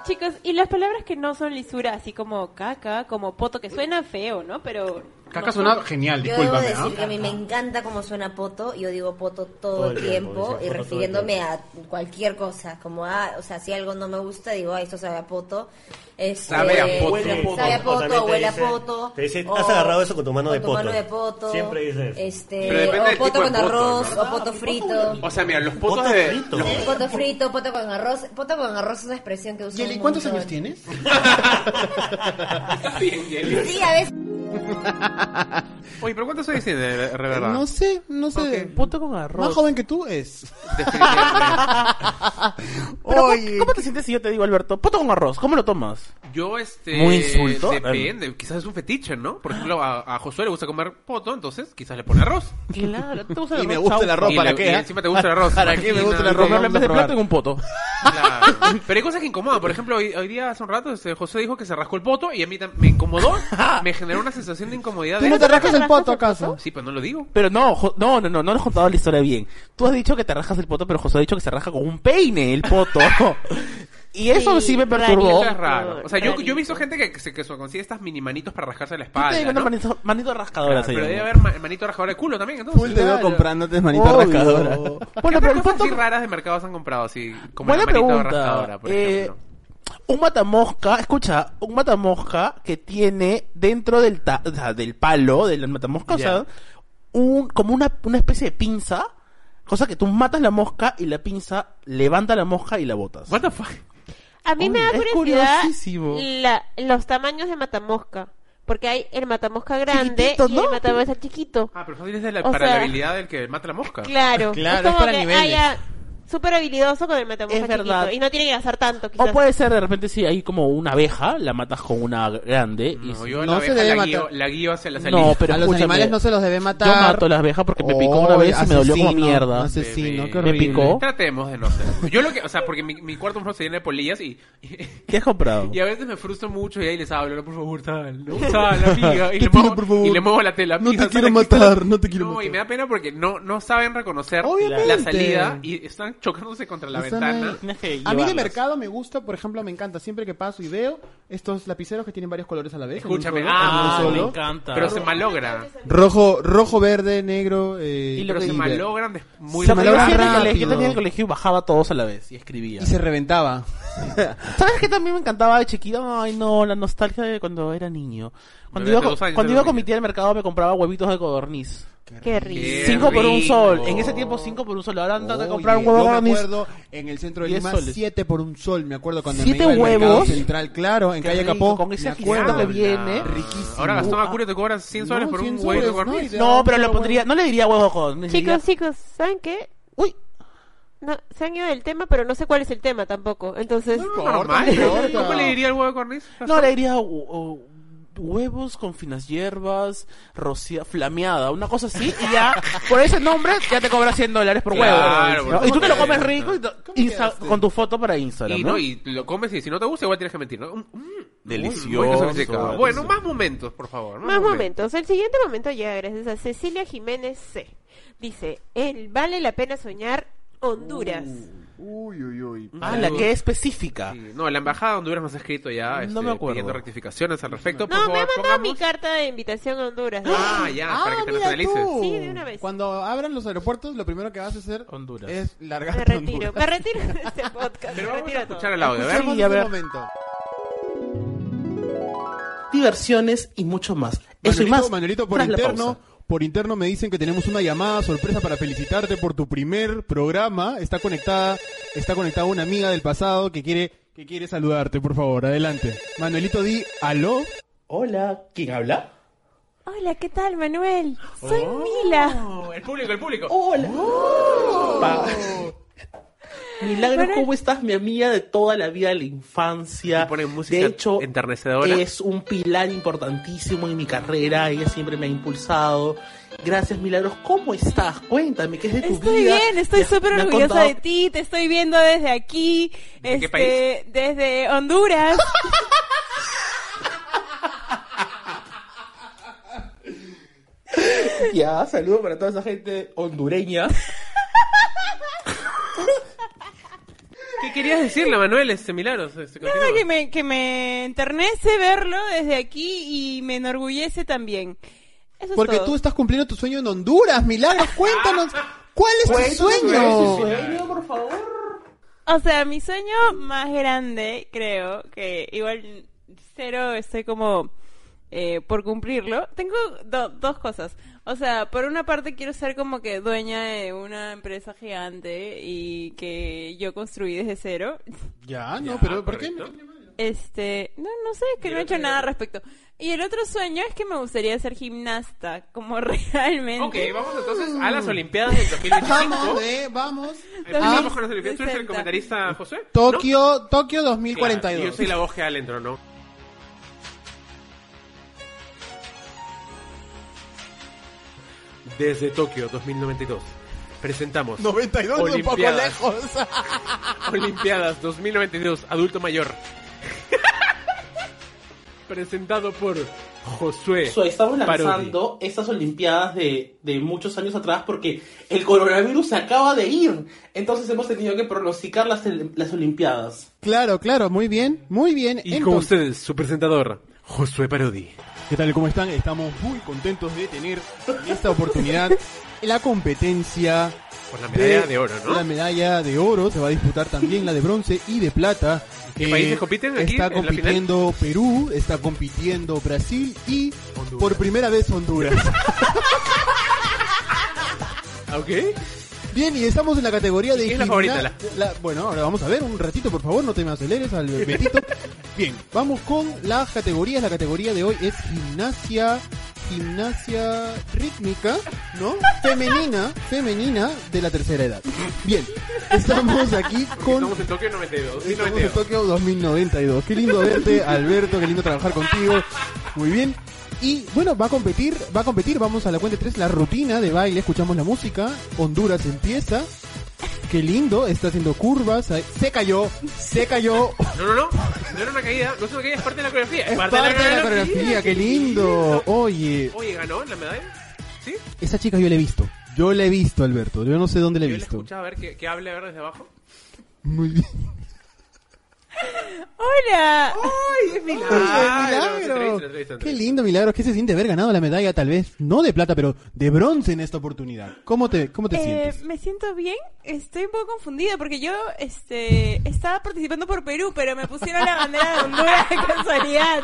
Chicos, y las palabras que no son lisura, así como caca, como poto, que suena feo, ¿no? Pero... Caca suena genial, Yo debo discúlpame. ¿ah? decir que a mí me encanta cómo suena poto, yo digo poto todo, el tiempo, y refiriéndome a cualquier cosa, como a, o sea, si algo no me gusta, digo, ah, esto sabe a poto. Este, Sabe a poto. Huele a poto. Sabe a O poto, también te huele a dicen- poto. te dicen, o- "Has agarrado eso con tu mano de Con poto". tu mano de poto. Siempre dicen eso. Este, Pero depende del o tipo poto de con poto, arroz, ¿no? Ah, o poto frito. O sea, mira, los potos Poto de... frito. los- Poto frito, poto con arroz. Poto con arroz es una expresión que uso. Yeli, un ¿cuántos montón. años tienes? Está bien, Jelly. Sí, a veces. Oye, pero ¿cuántos años tiene, de verdad? No sé, no sé. Poto con Más arroz. joven que tú es. Definitivamente. Pero, ¿cómo- Oye. ¿Cómo te sientes si yo te digo, Alberto, poto con arroz? ¿Cómo lo tomas? Yo, este... Muy insulto. Depende. Quizás es un fetiche, ¿no? Por ejemplo, a, a Josué le gusta comer poto, entonces quizás le pone arroz. Claro, ¿te gusta Y me gusta el arroz, Y ¿para le- qué? y ah? encima te gusta el arroz, ¿Para qué me gusta el imagínate. arroz? Comerlo en Vamos a vez de plato probar. en un poto. Claro. Pero hay cosas que incomodan. Por ejemplo, hoy, hoy día hace un rato este, José dijo que se rascó el poto y a mí tam- me incomodó. Me generó una sensación de incomodidad. ¿Tú de- no te rascas el rascas poto el acaso? Sí, pues no lo digo. Pero no, jo- no, no, no, no le he contado la historia bien. Tú has dicho que te rajas el poto, pero José ha dicho que se raja con un peine el poto. y eso sí, Sí, me rarito. perturbó. Eso es raro. O sea, yo, yo he Rarito. visto gente que, que, se- que se consigue estas mini manitos para rascarse la Yo te espalda. digo una ¿no? manito, manito rascadora, Claro, pero señor. debe haber ma- manito rajadora de culo también, entonces. Full te veo comprándote manita Obvio. rascadora. Bueno, pero el cosas poto... así raras de mercados han comprado? Así, como Buena la manito pregunta. rajadora, por Eh, ejemplo. un matamosca, escucha, un matamosca que tiene dentro del, ta- o sea, del palo del matamosca, o sea, un, como una, una especie de pinza Cosa que tú matas la mosca y la pinza levanta la mosca y la botas. What the fuck? A mí me Oye, da es curiosidad curiosísimo. la- los tamaños de matamosca. Porque hay el matamosca grande Chiquitito, y ¿no? el matamosca chiquito. Ah, pero fácil es de la- O para sea- la habilidad del que mata la mosca. Claro. Claro, es es como para que niveles. haya súper habilidoso con el matamosca Es verdad. chiquito. Y no tiene que gastar tanto, quizás. O puede ser de repente si hay como una abeja, la matas con una grande y No, yo a No la, se abeja debe la, matar. guío, la guío hacia la salida. No, pero a los escúchame, animales no se los debe Yo matar. mato las abejas porque me picó una Oh, vez y me dolió como asesino, mierda. este Asesino, Bebé. qué Me horrible. picó. Tratemos de no hacerlo. Yo lo que, o sea, porque mi, mi cuarto por ejemplo, se llena de polillas y, y, ¿Qué has comprado? a veces me frustro mucho y ahí les hablo, no, por favor, tal, no, tal, amiga. Y, Te le pido, muevo, por favor. y le muevo la tela. No te "Amiga, sal, quiero aquí está la- matar, no te quiero No, y matar". me da pena porque no, no saben reconocer Obviamente. la salida y están chocándose contra la Están ventana. ahí. Tienes que A mí de llevarlas. mercado me gusta, por ejemplo, me encanta. Siempre que paso y veo estos lapiceros que tienen varios colores a la vez. en un Escúchame, solo, ah, en un me solo. encanta. Pero se malogra. Rojo, rojo, verde, negro. eh, Y lo Pero que se diga. verde. malogran de- muy Se me lo me hacía en el rápido. colegio, Yo tenía el colegio y bajaba todos a la vez y escribía. Y se reventaba. ¿Sabes qué también me encantaba de chiquito? Ay, no, la nostalgia de cuando era niño. Cuando Bebé, iba, hace con- dos años cuando era iba con niño. mi tía al mercado me compraba huevitos de codorniz. Qué rico. Qué cinco por un rico. sol. En ese tiempo cinco por un sol. Ahora anda a comprar un Oye, huevo de yo me codorniz. acuerdo en el centro de Diez Lima, soles. 7 por un sol, me acuerdo cuando ¿Siete me iba al mercado huevos? central, claro, en Qué calle rico, Capó. con me ese acuerdo. que viene, riquísimo. Ahora Gastón Acurio te cobra 100 soles No, por 100 un huevo de soles, codorniz. no, y- No, pero lo pondría, no le diría huevo de codorniz. le diría- Chicos, chicos, ¿saben qué? Uy, No, se han ido del tema, pero no sé cuál es el tema tampoco. Entonces, Normal. Corta. ¿Cómo le diría el huevo de codorniz? no le diría hu- hu- huevos con finas hierbas, rocía, flameada, una cosa así. Y ya, por ese nombre, ya te cobra 100 dólares por Claro, huevo. ¿no? ¿cómo Y tú te lo quedaste? comes rico y to- Insta- con tu foto para Instagram. Y ¿no? no, y lo comes y si no te gusta, igual tienes que mentir, ¿no? Mm, mm, Delicioso. buen queso mexicano. Bueno, Delicioso. más momentos, por favor. Más momentos. El siguiente momento llega gracias a Cecilia Jiménez C. Dice, él vale la pena soñar Honduras. Uh, Uy, uy, uy. Ah, la que es específica. Sí, No, la embajada de Honduras nos ha escrito ya este, No me acuerdo. pidiendo rectificaciones al respecto. por no, me ha favor, mandado pongamos- mi carta de invitación a Honduras. Ah, ya, para que te nacionalices. Sí, de una vez. Cuando abran los aeropuertos, lo primero que vas a hacer Honduras. es largar me a retiro, Honduras. me retiro de este Pero podcast. me vamos retiro a todo. escuchar el audio, a ver. Escuchemos Sí, a ese ver. momento. diversiones y mucho más. Eso y Manuelito, más. Manuelito, por tras la interno, pausa. por interno me dicen que tenemos una llamada sorpresa para felicitarte por tu primer programa. Está conectada, está conectada una amiga del pasado que quiere, que quiere saludarte, por favor. Adelante. Manuelito, di aló. Hola, ¿quién habla? Hola, ¿qué tal, Manuel? Soy Mila. Oh, el público, el público. Uh. Hola. Pa- Oh. Milagro, Bueno. ¿cómo estás, mi amiga de toda la vida de la infancia? Y pone música de hecho, enternecedora. es un pilar importantísimo en mi carrera. Ella siempre me ha impulsado. Gracias, Milagros. ¿Cómo estás? Cuéntame, ¿qué es de tu Estoy vida? bien, estoy Me ha- súper me ha orgullosa contado- de ti. Te estoy viendo desde aquí. ¿De qué este, país? Desde Honduras. Ya, saludos para toda esa gente hondureña. ¿Qué querías decirle, Manuel? Este milagro. Este, continúa. Nada, que me, que me enternece verlo desde aquí y me enorgullece también. Eso Porque es todo. tú estás cumpliendo tu sueño en Honduras, Milagros. Cuéntanos, ¿cuál es tu Su sueño? sueño, por favor. O sea, mi sueño más grande, creo, que igual cero estoy como eh, por cumplirlo. Tengo do- dos cosas. O sea, por una parte quiero ser como que dueña de una empresa gigante y que yo construí desde cero. Ya, no, pero ¿por Ah, qué? Este, no, no sé, que no he hecho nada al respecto. Y el otro sueño es que me gustaría ser gimnasta, como realmente. Ok, vamos entonces a las Olimpiadas del 2025. Vamos, eh, vamos. Empezamos con las Olimpiadas. ¿Tú eres el 60. comentarista, José? ¿No? Tokio, Tokio Claro, 2042. Yo soy la voz que adentro, ¿no? Desde Tokio 2092 presentamos 92 un poco Olimpiadas. lejos. Olimpiadas 2092 Adulto Mayor. Presentado por Josué. So, estamos Parodi. lanzando estas Olimpiadas de, de muchos años atrás porque el coronavirus se acaba de ir. Entonces hemos tenido que pronosticar las, las Olimpiadas. Claro, claro, muy bien, muy bien. Y con Entonces- ustedes, su presentador, Josué Parodi. ¿Qué tal? ¿Cómo están? Estamos muy contentos de tener en esta oportunidad la competencia. Por la medalla de oro, ¿no? La medalla de oro se va a disputar también la de bronce y de plata. Eh, ¿Qué países compiten Está aquí en la final? compitiendo Perú, está compitiendo Brasil y Honduras. por primera vez Honduras. ¿Ok? Bien, y estamos en la categoría de... ¿Y quién es la gimna- favorita? la- bueno, ahora vamos a ver un ratito, por favor, no te me aceleres al Betito. Bien, vamos con las categorías. La categoría de hoy es gimnasia, gimnasia rítmica, ¿no? Femenina, femenina de la tercera edad. Bien, estamos aquí con... Estamos en Tokio 92. sí, Estamos en 92. Tokio 2092. Qué lindo verte, Alberto, qué lindo trabajar contigo. Muy bien. Y bueno, va a competir, va a competir, vamos a la cuenta 3, la rutina de baile, escuchamos la música, Honduras empieza. Qué lindo, está haciendo curvas, ahí- se cayó, se cayó. No, no, no. No era una caída. No es una caída, es parte de la coreografía. Es parte de la coreografía, qué lindo. Oye, Oye, ganó la medalla. ¿Sí? esa chica yo la he visto. Yo la he visto, Alberto. Yo no sé dónde la he Yo le visto. escuchaba a ver que, que hable a ver desde abajo. Muy bien. ¡Hola! Eh, Ah, Milagro, milagro. entrevista, entrevista, Qué entrevista. lindo milagro, que se siente haber ganado la medalla, tal vez no de plata, pero de bronce en esta oportunidad. ¿Cómo te, cómo te Eh, sientes? me siento bien, estoy un poco confundida porque yo este, estaba participando por Perú, pero me pusieron la bandera de Honduras de casualidad.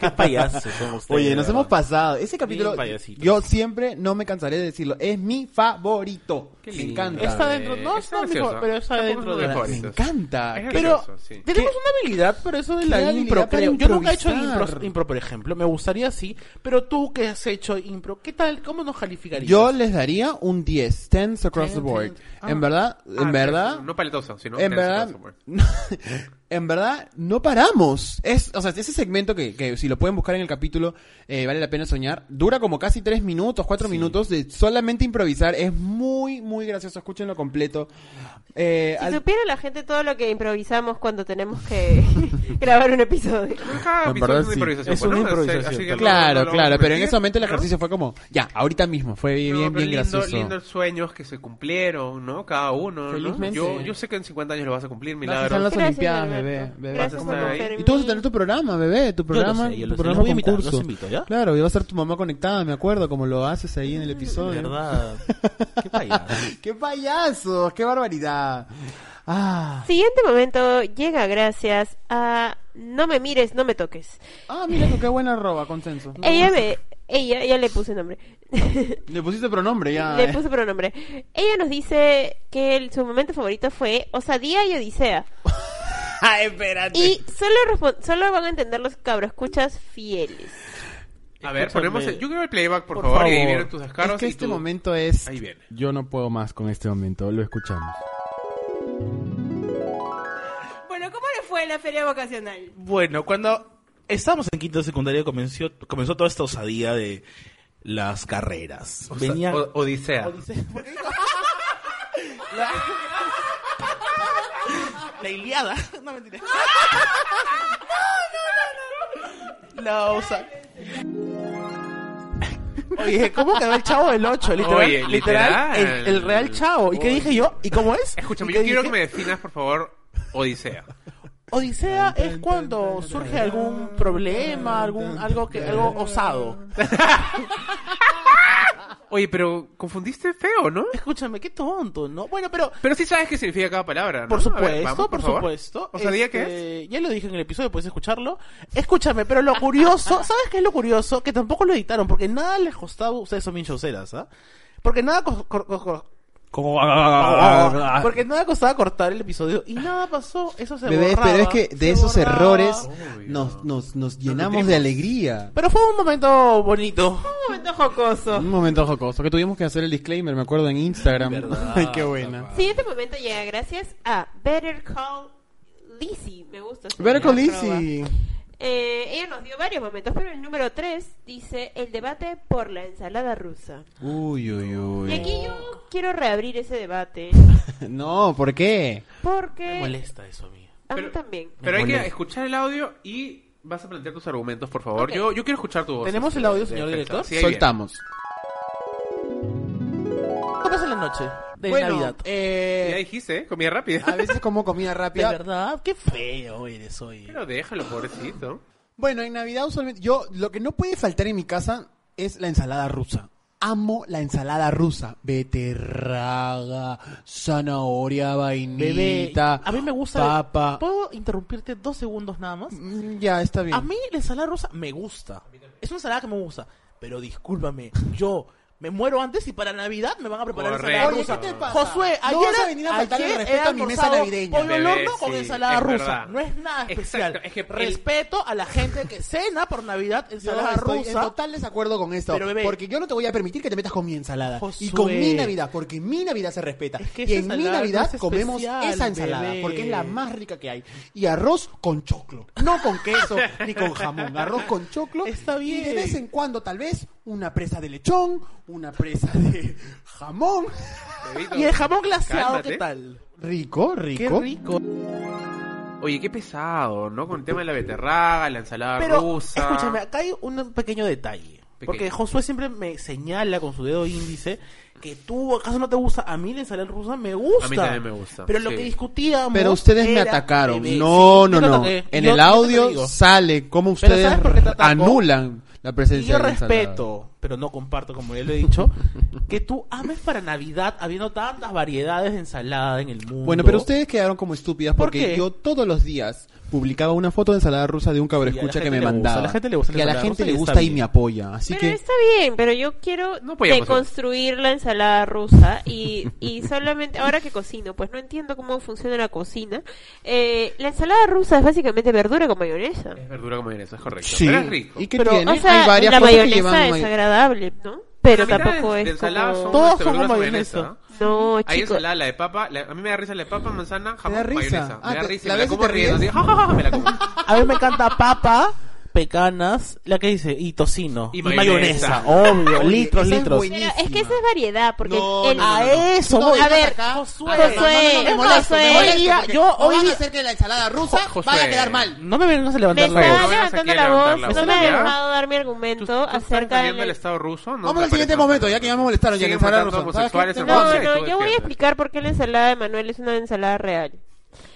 Qué payasos son ustedes. Oye, nos de hemos verdad. pasado. Ese capítulo, payasito. yo siempre no me cansaré de decirlo, es mi favorito. Qué Me lindo. encanta. Está dentro, Está no, está dentro, Eh, gracioso. pero está Tampoco dentro es muy de la... mejor. Me encanta. Es Pero gracioso, sí. Tenemos una habilidad, pero eso de ¿Qué la habilidad impro, para creo. Yo nunca he hecho improvisar? impro, impro, por ejemplo. Me gustaría sí, pero tú que has hecho impro, ¿qué tal? ¿Cómo nos calificarías? yo les daría un 10, 10 across the board. En verdad, Ah, en verdad, No paletoso, sino. en Nancy verdad, Paso, en verdad, no paramos. Es, o sea, ese segmento que, que si lo pueden buscar en el capítulo, eh, vale la pena soñar. Dura como casi tres minutos, cuatro minutos de solamente improvisar. Es muy, muy gracioso. Escúchenlo completo. Eh, Si al- supiera la gente todo lo que improvisamos cuando tenemos que grabar un episodio. En Cada verdad, episodio es Ah, una sí. improvisación. Es pues, una ¿no? O sea, improvisación, así que tal no- no claro, lo vamos a claro. Pero en mentir, ese momento el ¿no? ejercicio fue como, ya, ahorita mismo. Fue bien, No, bien, pero bien lindo- gracioso. Lindos sueños que se cumplieron, ¿no? Cada uno. ¿no? Felizmente. Yo, yo sé que en 50 años lo vas a cumplir, Gracias milagro. a las Gracias, Olimpiadas, bebé. Alberto. bebé. Gracias Vas a estar por ahí. confermar. Y tú vas a tener tu programa, bebé, tu lo sé, programa, yo tu lo sé. programa Los voy a invitar, concurso. los invito, ¿ya? Claro, y va a ser tu mamá conectada, me acuerdo, como lo haces ahí en el De episodio. verdad. Qué payasos. ¡Qué payasos! ¡Qué barbaridad! Ah, Siguiente momento llega gracias a No me mires, no me toques. ah mira tú, qué buena roba, consenso. Ella me... Ella, ya le puse nombre. Le pusiste pronombre ya. eh. Le puse pronombre. Ella nos dice que el- su momento favorito fue Osadía y Odisea. ¡Ah, espérate! Y solo, respon- solo van a entender los cabroescuchas fieles. A ver, Escúchame. ponemos el, yo quiero el playback, por, Por favor, y ahí favor. vienen tus descargos. Es que y este tu- momento es... Ahí viene. Yo no puedo más con este momento, lo escuchamos. Bueno, ¿cómo le fue en la feria vocacional? Bueno, cuando estábamos en quinto de secundaria comenzó, comenzó toda esta osadía de las carreras. O sea, Venía... o- Odisea. La... La Iliada. No, mentira. No, no, no, no. La osa... Oye, ¿cómo quedó el chavo del 8? Literal, Oye, literal, literal. el, el real chavo. ¿Y qué dije yo? ¿Y cómo es? Escúchame, ¿Y yo qué quiero que me dije? definas, por favor, Odisea. Odisea es cuando surge algún problema, algún algo que algo osado. Oye, pero confundiste feo, ¿no? Escúchame, qué tonto, ¿no? Bueno, pero Pero sí sabes qué significa cada palabra, ¿no? por A supuesto, ver, vamos, por, favor. supuesto. O sea, diga este, qué es. Ya lo dije en el episodio, puedes escucharlo. Escúchame, pero lo curioso, ¿sabes qué es lo curioso? Que tampoco lo editaron, porque nada les costaba, ustedes son bien choceras, ¿ah? Porque nada cos- cor- cor- cor- porque nada costaba cortar el episodio y nada pasó, eso se Bebés, borraba, pero es que de se esos borraba. errores nos, nos, nos llenamos de nutrimos. alegría. Pero fue un momento bonito. Un momento jocoso. Un momento jocoso, que tuvimos que hacer el disclaimer, me acuerdo, en Instagram. Verdad, Ay, qué buena. Siguiente momento llega gracias a Better Call Lizzie. Me gusta. su Better Call arroba. Lizzie. Eh, ella nos dio varios momentos, pero el número 3 dice el debate por la ensalada rusa. Uy, uy, Y uy. aquí yo quiero reabrir ese debate No, ¿por qué? Me porque molesta eso a mí. a mí Pero- también. Pero hay que molesta. escuchar el audio y vas a plantear tus argumentos, por favor. Ok. Yo, yo quiero escuchar tu voz. ¿Tenemos este, el audio, de señor defensa. director? Sí, ahí viene. Soltamos. ¿Qué pasa en la noche de Navidad? Ya eh, dijiste, ¿eh? comida rápida. a veces como comida De rápida. verdad, qué feo eres hoy. Pero déjalo, pobrecito. Bueno, en Navidad usualmente yo lo que no puede faltar en mi casa es la ensalada rusa. Amo la ensalada rusa, beterraga, zanahoria, Bebé, vainita, a mí me gusta. papa. ¿Puedo interrumpirte dos segundos nada más? Mm, Ya está bien. A mí la ensalada rusa me gusta. Es una ensalada que me gusta. Pero discúlpame, yo me muero antes y para Navidad me van a preparar ensalada Correcto. Oye, rusa. ¿qué te pasa? Josué, ayer, No vas a venir a faltarle ayer el respeto he a mi mesa almorzado navideña. Pollo al Bebé, horno con sí, ensalada es rusa. verdad. No es nada especial. Exacto, es que el- Respeto a la gente que cena por Navidad Yo ensalada estoy en rusa. total desacuerdo con esto. Pero, bebé. porque yo no te voy a permitir que te metas con mi ensalada. Josué. Y con mi Navidad, porque mi Navidad se respeta. Es que y esa en mi ensalada Navidad no es comemos especial, esa ensalada, bebé. porque es la más rica que hay. Y arroz con choclo. No con queso ni con jamón. Arroz con choclo. Está Y de bien. vez en cuando, tal vez, una presa de lechón, una presa de jamón. Bebito. Y el jamón glaseado, Cálmate. ¿qué tal? Rico, Qué rico. rico. Oye, qué pesado, ¿no? Con el tema de la beterraga, la ensalada Pero, rusa. escúchame, acá hay un pequeño detalle. Porque Josué siempre me señala con su dedo índice que tú acaso no te gusta. A mí la ensalada rusa me gusta. A mí también me gusta, Pero lo sí. que discutíamos. Pero ustedes me era- atacaron. Bebé, No, sí, no, yo te no. ataqué. Yo- En yo el te audio digo. sale Pero cómo ustedes ¿sabes por qué te atacó? anulan la Y presencia yo de la ensalada. respeto, pero no comparto, como ya lo he dicho, que tú ames para Navidad habiendo tantas variedades de ensalada en el mundo. Bueno, pero ustedes quedaron como estúpidas ¿Por porque qué? yo todos los días publicaba una foto de ensalada rusa de un cabro Y a la escucha que gente me le gusta, mandaba. a la gente le gusta la y a la ensalada rusa gente y le está gusta y bien. me apoya. Así Pero que está bien, pero yo quiero No apoyamos eso. deconstruir la ensalada rusa y, y solamente, ahora que cocino, pues no entiendo cómo funciona la cocina. Eh, la ensalada rusa es básicamente verdura con mayonesa. Es verdura como mayonesa, es correcto. sí. Pero es rico. ¿Y qué Pero, tiene? O sea, Hay varias la cosas que mayonesa llevan es mayo- agradable, ¿no? Pero La mitad tampoco de- es de ensalada como... son Todos verduras como con mayonesa. ¿no? No, Hay chicos. ensalada, la de papa. la- a mí me da risa la de papa, manzana, jamón, da risa. mayonesa. Ah, me da te- risa y la me ves la y como te ríes. riendo. así, ja, ja, ja, me la como. A mí me encanta papa, pecanas, la que dice, y tocino. Y Y, mayonesa. mayonesa, obvio, Oye, litros, esa es litros. buenísima. Pero es que esa es variedad, porque No, el- no, no, no. A eso, No, voy. yo A ver, acá- Josué. No, no, no, Josué, me molesto, me Josué. molesto, Hoy día- porque yo no hoy van a día- hacer que la ensalada rusa Josué. vaya a quedar mal. No me vengas a me levantar la estaba voz. voz. levantando Aquí la levantar voz, la no voz. me ha ¿Ya? dejado dar mi ¿Tú, argumento tú estás acerca defendiendo del... el Estado ruso? No, Vamos me al siguiente parece mal. momento, ya que ya me molestaron, ya que Siguen ensalada matando rusa. ¿Sabes qué? homosexuales en No, No, Francia y no, tú yo voy a defiendes. explicar por qué la ensalada de Manuel es una ensalada real.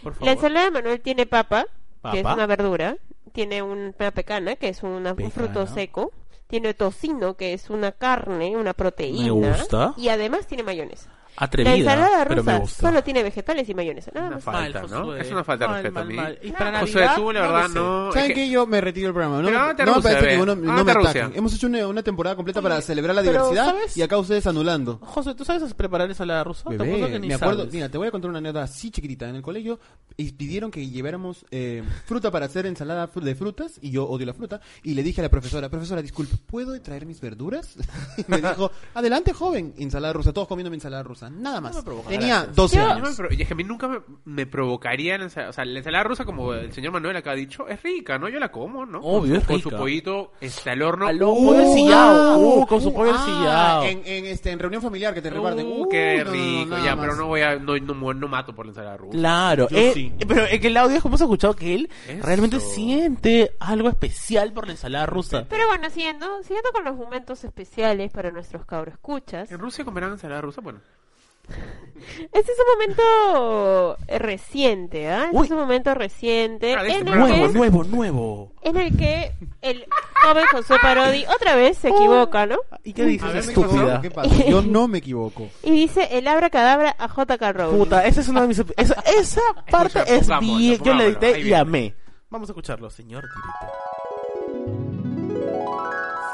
Por favor. La ensalada de Manuel tiene papa, que es Papa. una verdura, tiene un- una pecana, que es una- un fruto Pecana. seco, tiene tocino, que es una carne, una proteína, gusta. y además tiene mayonesa. la ensalada Atrevida, pero me rusa gusta. solo tiene vegetales y mayonesa, nada Una más. falta, Mal, ¿no? Josué. Es una falta de Mal, respeto a mal, mí. mal. Y para Josué, Navidad, tú, la no lo verdad, sé. no... es ¿Saben que- qué? Yo me retiro del programa. No, Pero me- ándate a no me Rusia, parece bebé. que uno- no Ándate me a Rusia. ataquen. Hemos hecho una, una temporada completa para celebrar la pero, diversidad ¿sabes? y acá ustedes anulando. José, ¿tú sabes preparar ensalada rusa? Te apuesto Bebé, que ni me acuerdo, sabes. mira, te voy a contar una anécdota así chiquitita. En el colegio y pidieron que lleváramos eh, fruta para hacer ensalada fru- de frutas y yo odio la fruta y le dije a la profesora, profesora, disculpe, ¿puedo traer mis verduras? Y me dijo, adelante joven, ensalada rusa, todos comiendo mi ensalada rusa, nada más. me provoca, Tenía gracias. 12 Yo- años. no me pro- y es que a mí nunca me, me provocaría la ensalada. O sea, la ensalada rusa, como el señor Manuel acá ha dicho, es rica, ¿no? Yo la como, ¿no? Obvio, Con su- es Con su rica. pollito, este, al horno. Al horno, ¡Uh! pollo sillao, uh, con su uh, pollo ah, sillao. En, en, este, en reunión familiar que te reparten. Uh, Uh, qué no, no, no, rico. nada ya, más. pero no voy a. No, no, no mato por la ensalada rusa. Claro, Yo eh, sí. pero en el audio es como se ha escuchado que él Eso. realmente siente algo especial por la ensalada rusa. Pero bueno, siguiendo, siguiendo con los momentos especiales para nuestros cabroescuchas. ¿En Rusia comerán ensalada rusa? Bueno. Este es un momento eh, reciente, ¿ah? Este Uy. es un momento reciente Ah, de este en el programa. que Nuevo, nuevo, nuevo. en el que el joven José Parodi otra vez se equivoca, ¿no? ¿Y qué A dices, ver, estúpida? ¿qué pasó? Yo no me equivoco. Y dice el abracadabra a J.K. Rowling. Puta, esa es una de mis... Esa, esa parte es pongámoslo, bien... Yo la pongámoslo, ahí edité y viene. amé. Vamos a escucharlo, señor director.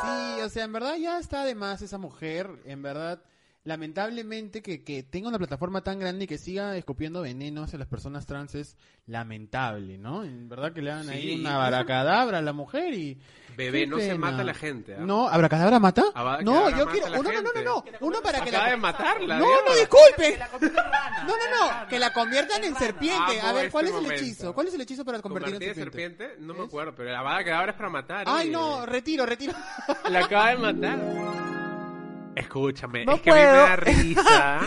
Sí, o sea, en verdad ya está de más esa mujer, en verdad. Lamentablemente que, que tenga una plataforma tan grande y que siga escupiendo veneno hacia las personas trans es lamentable, ¿no? En verdad que le dan Sí. ahí una baracadabra a la mujer y... Bebé, qué no se pena. mata a la gente. ¿ah? No, ¿abracadabra mata? Abracadabra no, yo mata quiero... a la uno- no, no, gente. no, no, uno para que Acaba de la... matarla. No, mierda. no, disculpe. No, no, no, que la conviertan en serpiente. Amo A ver, ¿cuál este es el momento. hechizo? ¿Cuál es el hechizo para convertir ¿Convertir en serpiente? No me acuerdo, pero la vada cadabra es para matar. eh. Ay, oye. no, retiro, retiro. La acaba de matar. Escúchame, No es que a mí me puedo. da risa.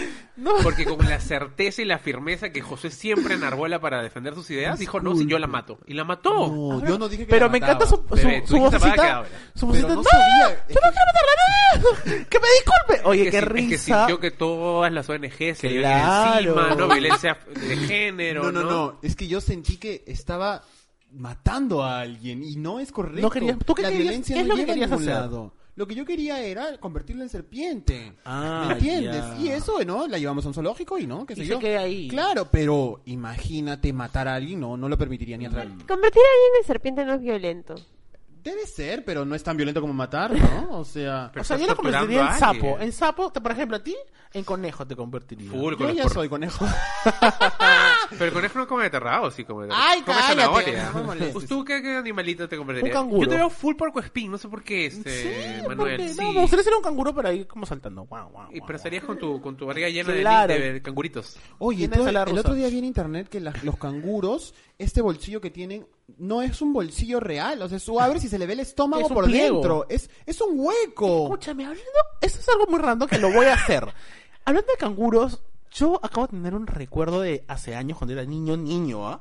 Porque con la certeza y la firmeza que José siempre enarbola para defender sus ideas, dijo, no, si yo la mato. Y la mató. No, yo no dije que Pero la me encanta su, mataba. su, Bebé, tú su dijiste vocecita. abracadabra. Su Pero vocecita. no ¡No! sabía, es ¡Yo no quiero matarla! ¡Que me disculpe! Oye, Es que qué sí- risa. Es que sintió que todas las ONG se le Claro. venían encima, ¿no? Violencia de género, No, no, no. Es que yo sentí que estaba matando a alguien y no es correcto. No querías- ¿tú qué la querías- violencia qué es no lo que llega a querías ningún hacer? lado. Lo que yo quería era convertirla en serpiente. Ah, ¿Me entiendes? ya. Y eso, ¿no? La llevamos a un zoológico y no, qué sé Y se yo. queda ahí. Claro, pero imagínate matar a alguien, no, no lo permitiría ni a través. Convertir a alguien en serpiente no es violento. Debe ser, pero no es tan violento como matar, ¿no? O sea... o sea, estás yo lo torturando convertiría a en sapo. alguien. En sapo, te- por ejemplo, a ti, en conejo te convertiría. Full, con Yo los ya por- soy conejo. Pero el conejo no come aterrado, sí come Ay, come cállate, zanahoria. no me molestes. ¿Tú qué, qué animalito te convertirías? Un canguro. Yo te veo full por cuespín, no sé por qué, este, Sí, Manuel. porque, sí. No, me gustaría ser un canguro para ir como saltando. Y Guau, guau, guau, pero guau. estarías con tu, con tu barriga llena de- Claro. de, de canguritos. Oye, Tiene tú- sala el rusa. otro día vi en internet que las- los canguros, este bolsillo que tienen, no es un bolsillo real. O sea, tú abres y se le ve el estómago Es un por pliego. dentro. Es, es un hueco. Escúchame, hablando. Esto es algo muy random que lo voy a hacer. hablando de canguros, yo acabo de tener un recuerdo de hace años cuando era niño, niño, ¿ah?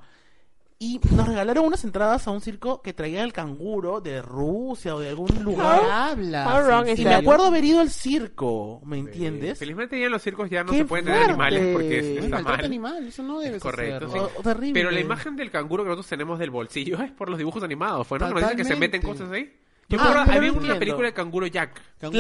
Y nos regalaron unas entradas a un circo que traía el canguro de Rusia o de algún lugar. Hablas, How wrong ¿en is Y that? me serio? acuerdo haber ido al circo, ¿me entiendes? Eh, Felizmente ya en los circos ya no ¡Qué se pueden tener fuerte! animales porque No Es está maltrato mal. animal, eso no debe Correcto, hacerlo. sí. Oh, terrible. Pero la imagen del canguro que nosotros tenemos del bolsillo es por los dibujos animados. Fue ¿no? Que nos dicen que se meten Totalmente. cosas ahí. Yo Ah, me acuerdo, yo no había lo una entiendo. película de canguro Jack. Claro,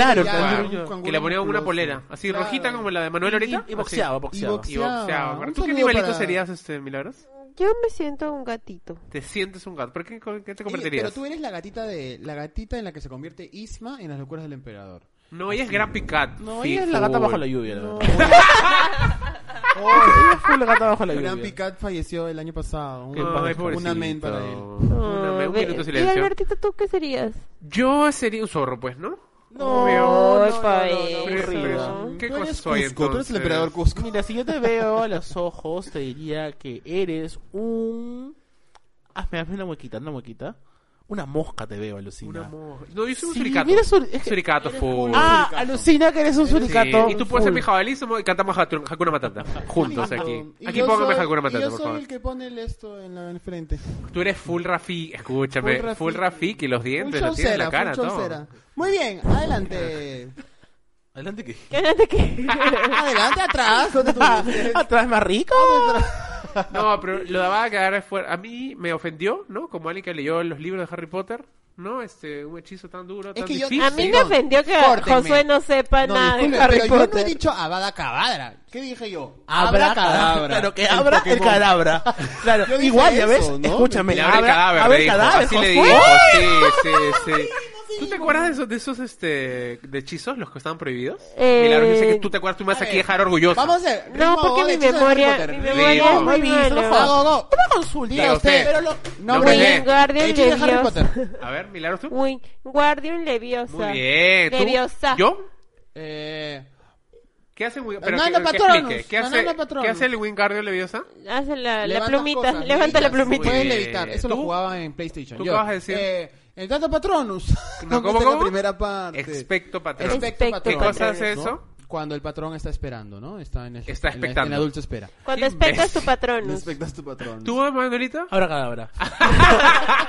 que le ponían una polera, así rojita como la de Manuel ahorita. Y, y boxeaba, boxeaba. así, Y boxeaba. Un ¿Tú qué saludo animalito para- serías, este, Milagros? Yo me siento un gatito. Te sientes un gato. ¿Por qué, con- qué te Pero convertirías? tú eres la gatita de la gatita en la que se convierte Isma en las locuras del emperador. No, ella es Grumpy Cat. No, Sí, ella es la gata full. bajo la lluvia, la No. verdad. Ella fue la gata bajo la Gran lluvia. Picat falleció el año pasado. Qué Una- padre, una men para él. pobrecito. Una men, Ah, un ve- minuto de ¿Y silencio. Albertito, tú qué serías? Yo sería un zorro, pues, ¿no? No, Ay, no, pa' Pero- eso. pero- ¿Qué Tú cosa eres soy Cusco, tú eres el entonces? emperador Cusco. Mira, si yo te veo a los ojos, te diría que eres un. Hazme, hazme una muequita, una muequita. Una mosca te veo, alucina. Una mo- No, yo soy un Sí, suricato. mira su- es que- Suricato full. Ah, alucina que eres un Sí, suricato. Y tú puedes ser full. mi jabalí somos- y cantamos Hatu- Hakuna Matata. Juntos aquí. Y Aquí yo póngame soy- Hakuna y Matata, yo por soy favor. el que pone el esto en la en frente. Tú eres full Rafi, Full escúchame. Rafiki. Full Rafi, que los dientes, Full los tienes en la showcera, cara, full todo. showcera. Muy bien, adelante. Adelante que. ¿Qué adelante qué? adelante, atrás. ¿dónde tú quieres? Atrás más rico. No, pero lo daba a quedar fuera. A mí me ofendió, ¿no? Como alguien que leyó los libros de Harry Potter, ¿no? Este, un hechizo tan duro, Es tan que yo- difícil. A mí me Perdón, ofendió que córtenme. Josué no sepa No, nada de disculpe, Harry pero yo no he Potter. dicho abada cabadra. ¿Qué dije yo? Claro, que abra el, cadabra. Claro, Yo dije igual, ya ves. eso, ¿no? Escúchame, Le abre el cadáver, le abre el dijo. cadáver. Así le Josué. dijo. Sí, sí, sí. ¿Tú te acuerdas de esos, de esos este, de hechizos, los que estaban prohibidos? Eh, Milagros dice que tú te acuerdas, tú me vas A aquí ver, dejar orgulloso. Vamos a hacer. No, ritmo porque de mi hechizo de Harry memoria, Potter. mi Ritmo. memoria es muy Muy bien, mala. lo Go, go, go. Una consulta. Diga usted. Pero lo- No, Nombre muy de- bien. Guardian Hechizo de Harry Leviosa. Potter. A ver, Milagros, tú. Uy, Guardian Leviosa. Muy bien. ¿Tú? Leviosa. ¿Yo? Eh, ¿Qué hace Win- Fernando que- que Patronus, explique. ¿Qué hace, Fernando Patronus. ¿Qué hace el Wingardio Leviosa? Hace la, la levantas plumita, cosas, levanta la levitas. plumita. Muy Pueden bien. levitar. Eso lo ¿Tú? jugaba en PlayStation. ¿Tú Yo, qué vas a decir? eh, el gato Patronus. No, ¿cómo, Esta es cómo? la primera parte. Expecto Patronus. Expecto ¿Qué ¿Qué Patronus. cosa hace ¿no? eso? Cuando el patrón está esperando, ¿no? Está en el, Está en la- En expectando. la dulce espera. Cuando expectas tu patrón. expectas tu patrón. ¿Tú, Manuelita? Abra cadabra.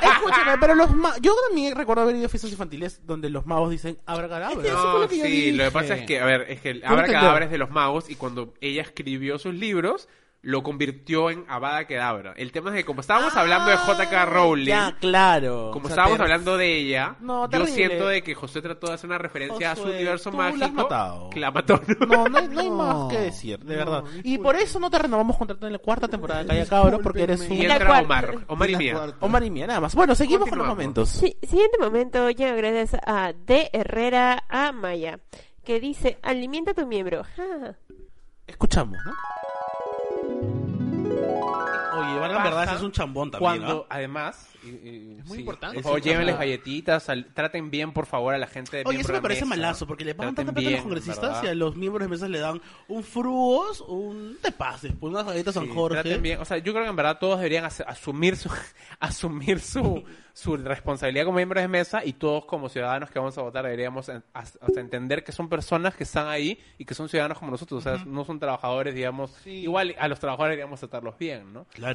Escúchame, pero los ma- yo también recuerdo haber ido a fiestas infantiles donde los magos dicen abra cadabra. Eso fue lo que yo sí, lo que dije. pasa es que, a ver, es que el Abra entender. Cadabra es de los magos y cuando ella escribió sus libros, lo convirtió en Abada Kedabra. El tema es que como estábamos hablando de J.K. Rowling, Ah, Ya, claro. como O sea, estábamos te- hablando de ella, No, yo terrible. siento de que José trató de hacer una referencia a su Josué, universo tú la has mágico. matado. Que la mató. ¿no? No, no hay, no hay No. más que decir, de No, verdad. Y disculpe. por eso no te renovamos contrato en la cuarta temporada de Calla Cabro, porque eres Discúlpenme. Y un... la entra cuarta. Omar. Omar y La Mía. cuarta. Omar y mía, nada más. Bueno, seguimos con los Continuamos. momentos. Sí, siguiente momento llega gracias a D. Herrera Amaya, que dice, alimenta tu miembro. Ja. Escuchamos, ¿no? Oye, valga la Pasa verdad, es un chambón también, Cuando, ¿no? además, y- y- muy sí, importante. Por favor, llévenles galletitas, al- traten bien, por favor, a la gente de Oye, bien eso por me la parece mesa. malazo, porque le pagan Traten tanta plata a los bien, congresistas ¿verdad? y a los miembros de mesas le dan un frugos, un te pases, pues unas galletas Sí, San Jorge. traten bien. O sea, yo creo que en verdad todos deberían as- asumir su asumir su, su responsabilidad como miembros de mesa y todos como ciudadanos que vamos a votar deberíamos en- as- hasta entender que son personas que están ahí y que son ciudadanos como nosotros, o sea, no son trabajadores, digamos, igual a los trabajadores deberíamos tratarlos bien, ¿no? Claro.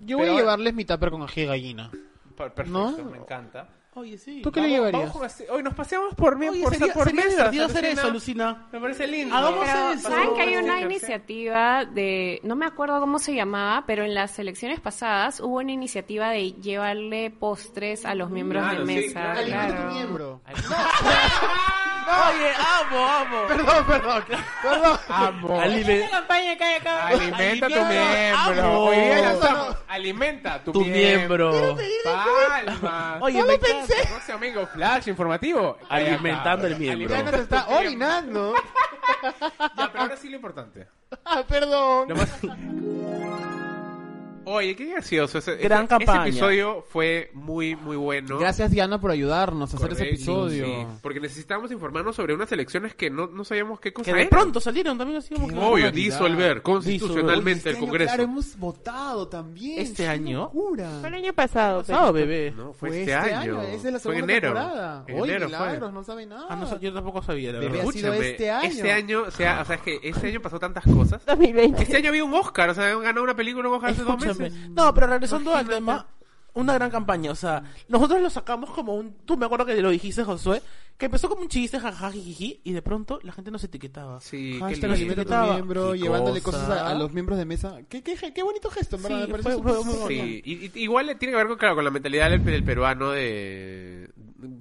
Yo voy Pero- a llevarles mi tupper con ají de gallina. Per- Perfecto, No. me encanta. Oye, sí. ¿Tú qué le Vamos- llevarías? vamos con este- hoy nos paseamos por mí, Oye, por, sería, por sería mesas, divertido hacer alucina. eso, Lucina. Me parece lindo. Hagamos Pero, eso. ¿Saben que hay una Sí, sí. iniciativa de, no me acuerdo cómo se llamaba, pero en las elecciones pasadas hubo una iniciativa de llevarle postres a los miembros Claro, de sí, mesa? claro. Alimenta claro. tu Este miembro. Oye, amo, amo. Perdón, perdón. Perdón. Amo. Alime- campaña que hay acá. Alimenta tu Alimenta- miembro. amo. Hoy día No, lanzamos no, no. alimenta tu, tu miembro. Ah. Palma. Oye, me pensé. Próximo domingo, flash informativo. Alimentando el miembro. Alimentando se está tu miembro. orinando. Ya, pero ahora sí lo importante. Ah, perdón. Lo más- Oye, qué gracioso. Ese, ese- Gran ese campaña. episodio fue muy, muy bueno. Gracias Diana por ayudarnos a hacer Correcto, ese episodio. Este sí, porque necesitábamos informarnos sobre unas elecciones que no, no sabíamos qué cosa Que de eran. pronto salieron también así como que- Obvio, disolver constitucionalmente Este el año, Congreso. Claro, hemos votado también. ¿Este ¡Qué año? locura! Fue el año pasado. pero- No, bebé. No, fue, este, año. Esa es la fue en segunda enero. temporada. En Hoy, enero fue. milagros, no sabe nada. Ah, no, so- yo tampoco sabía, la Bebé, verdad. así- sido Escúchame, este año. Este año, o sea, o sea, es que este año pasó tantas cosas. 2020. Este año había un Oscar, o sea, han ganado una película un Oscar hace dos Escúchame. meses. No, pero regresando al tema, una gran campaña. O sea, nosotros lo sacamos como un. Tú me acuerdo que lo dijiste, Josué, que empezó como un chiste, jajaja, jijiji, y de pronto la gente nos etiquetaba. Sí, qué Hashtag lindo. alimenta tu Estaba- miembro, Qué llevándole cosa. cosas a, a los miembros de mesa. Qué, qué, qué bonito gesto, en ¿verdad? Sí, Me pareció fue- fue súper- muy bonito. Sí, y, y- igual le tiene que ver con, claro, con la mentalidad del, del peruano de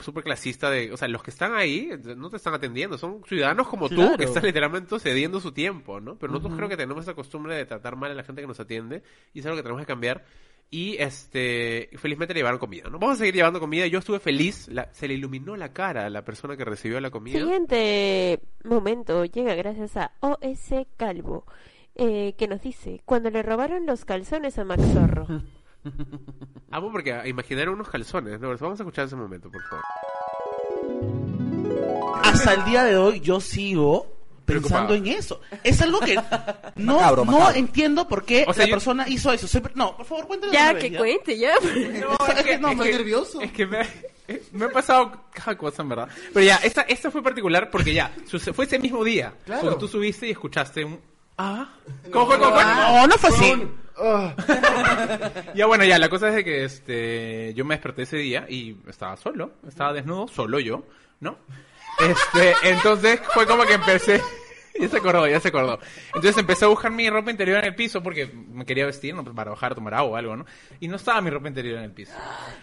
súper clasista de, o sea, los que están ahí no te están atendiendo, son ciudadanos como tú Claro. que están literalmente cediendo su tiempo, ¿no? Pero nosotros creo que tenemos esa costumbre de tratar mal a la gente que nos atiende y es algo que tenemos que cambiar. Y este, felizmente le llevaron comida, ¿no? Vamos a seguir llevando comida. Yo estuve feliz, la- se le iluminó la cara a la persona que recibió la comida. Siguiente momento llega gracias a OS Calvo, eh, que nos dice, cuando le robaron los calzones a Max Zorro. Amo porque ah, imaginaron unos calzones, ¿no? Vamos a escuchar ese momento, por favor. Hasta el día de hoy yo sigo pensando Preocupado. en eso. Es algo que no, Macabro, no macabro. entiendo por qué O sea, la yo- persona hizo eso. Siempre- No, por favor, cuéntanos. Ya, una vez, que cuente, ya. No, es que no, es me que- nervioso. Es que me, me ha pasado cada cosa, en verdad. Pero ya, esta, esta fue particular porque ya, su- fue ese mismo día. Claro. Porque tú subiste y escuchaste un... Ah. ¿Cómo fue? ¿Cómo fue? Oh, No, no fue así. Ah, Ya bueno, ya, la cosa es de que este, yo me desperté ese día y estaba solo, estaba desnudo, solo yo, ¿no? Este, entonces fue como que empecé, ya se acordó, ya se acordó. Entonces empecé a buscar mi ropa interior en el piso porque me quería vestir, ¿no? Para bajar, tomar agua o algo, ¿no? Y no estaba mi ropa interior en el piso.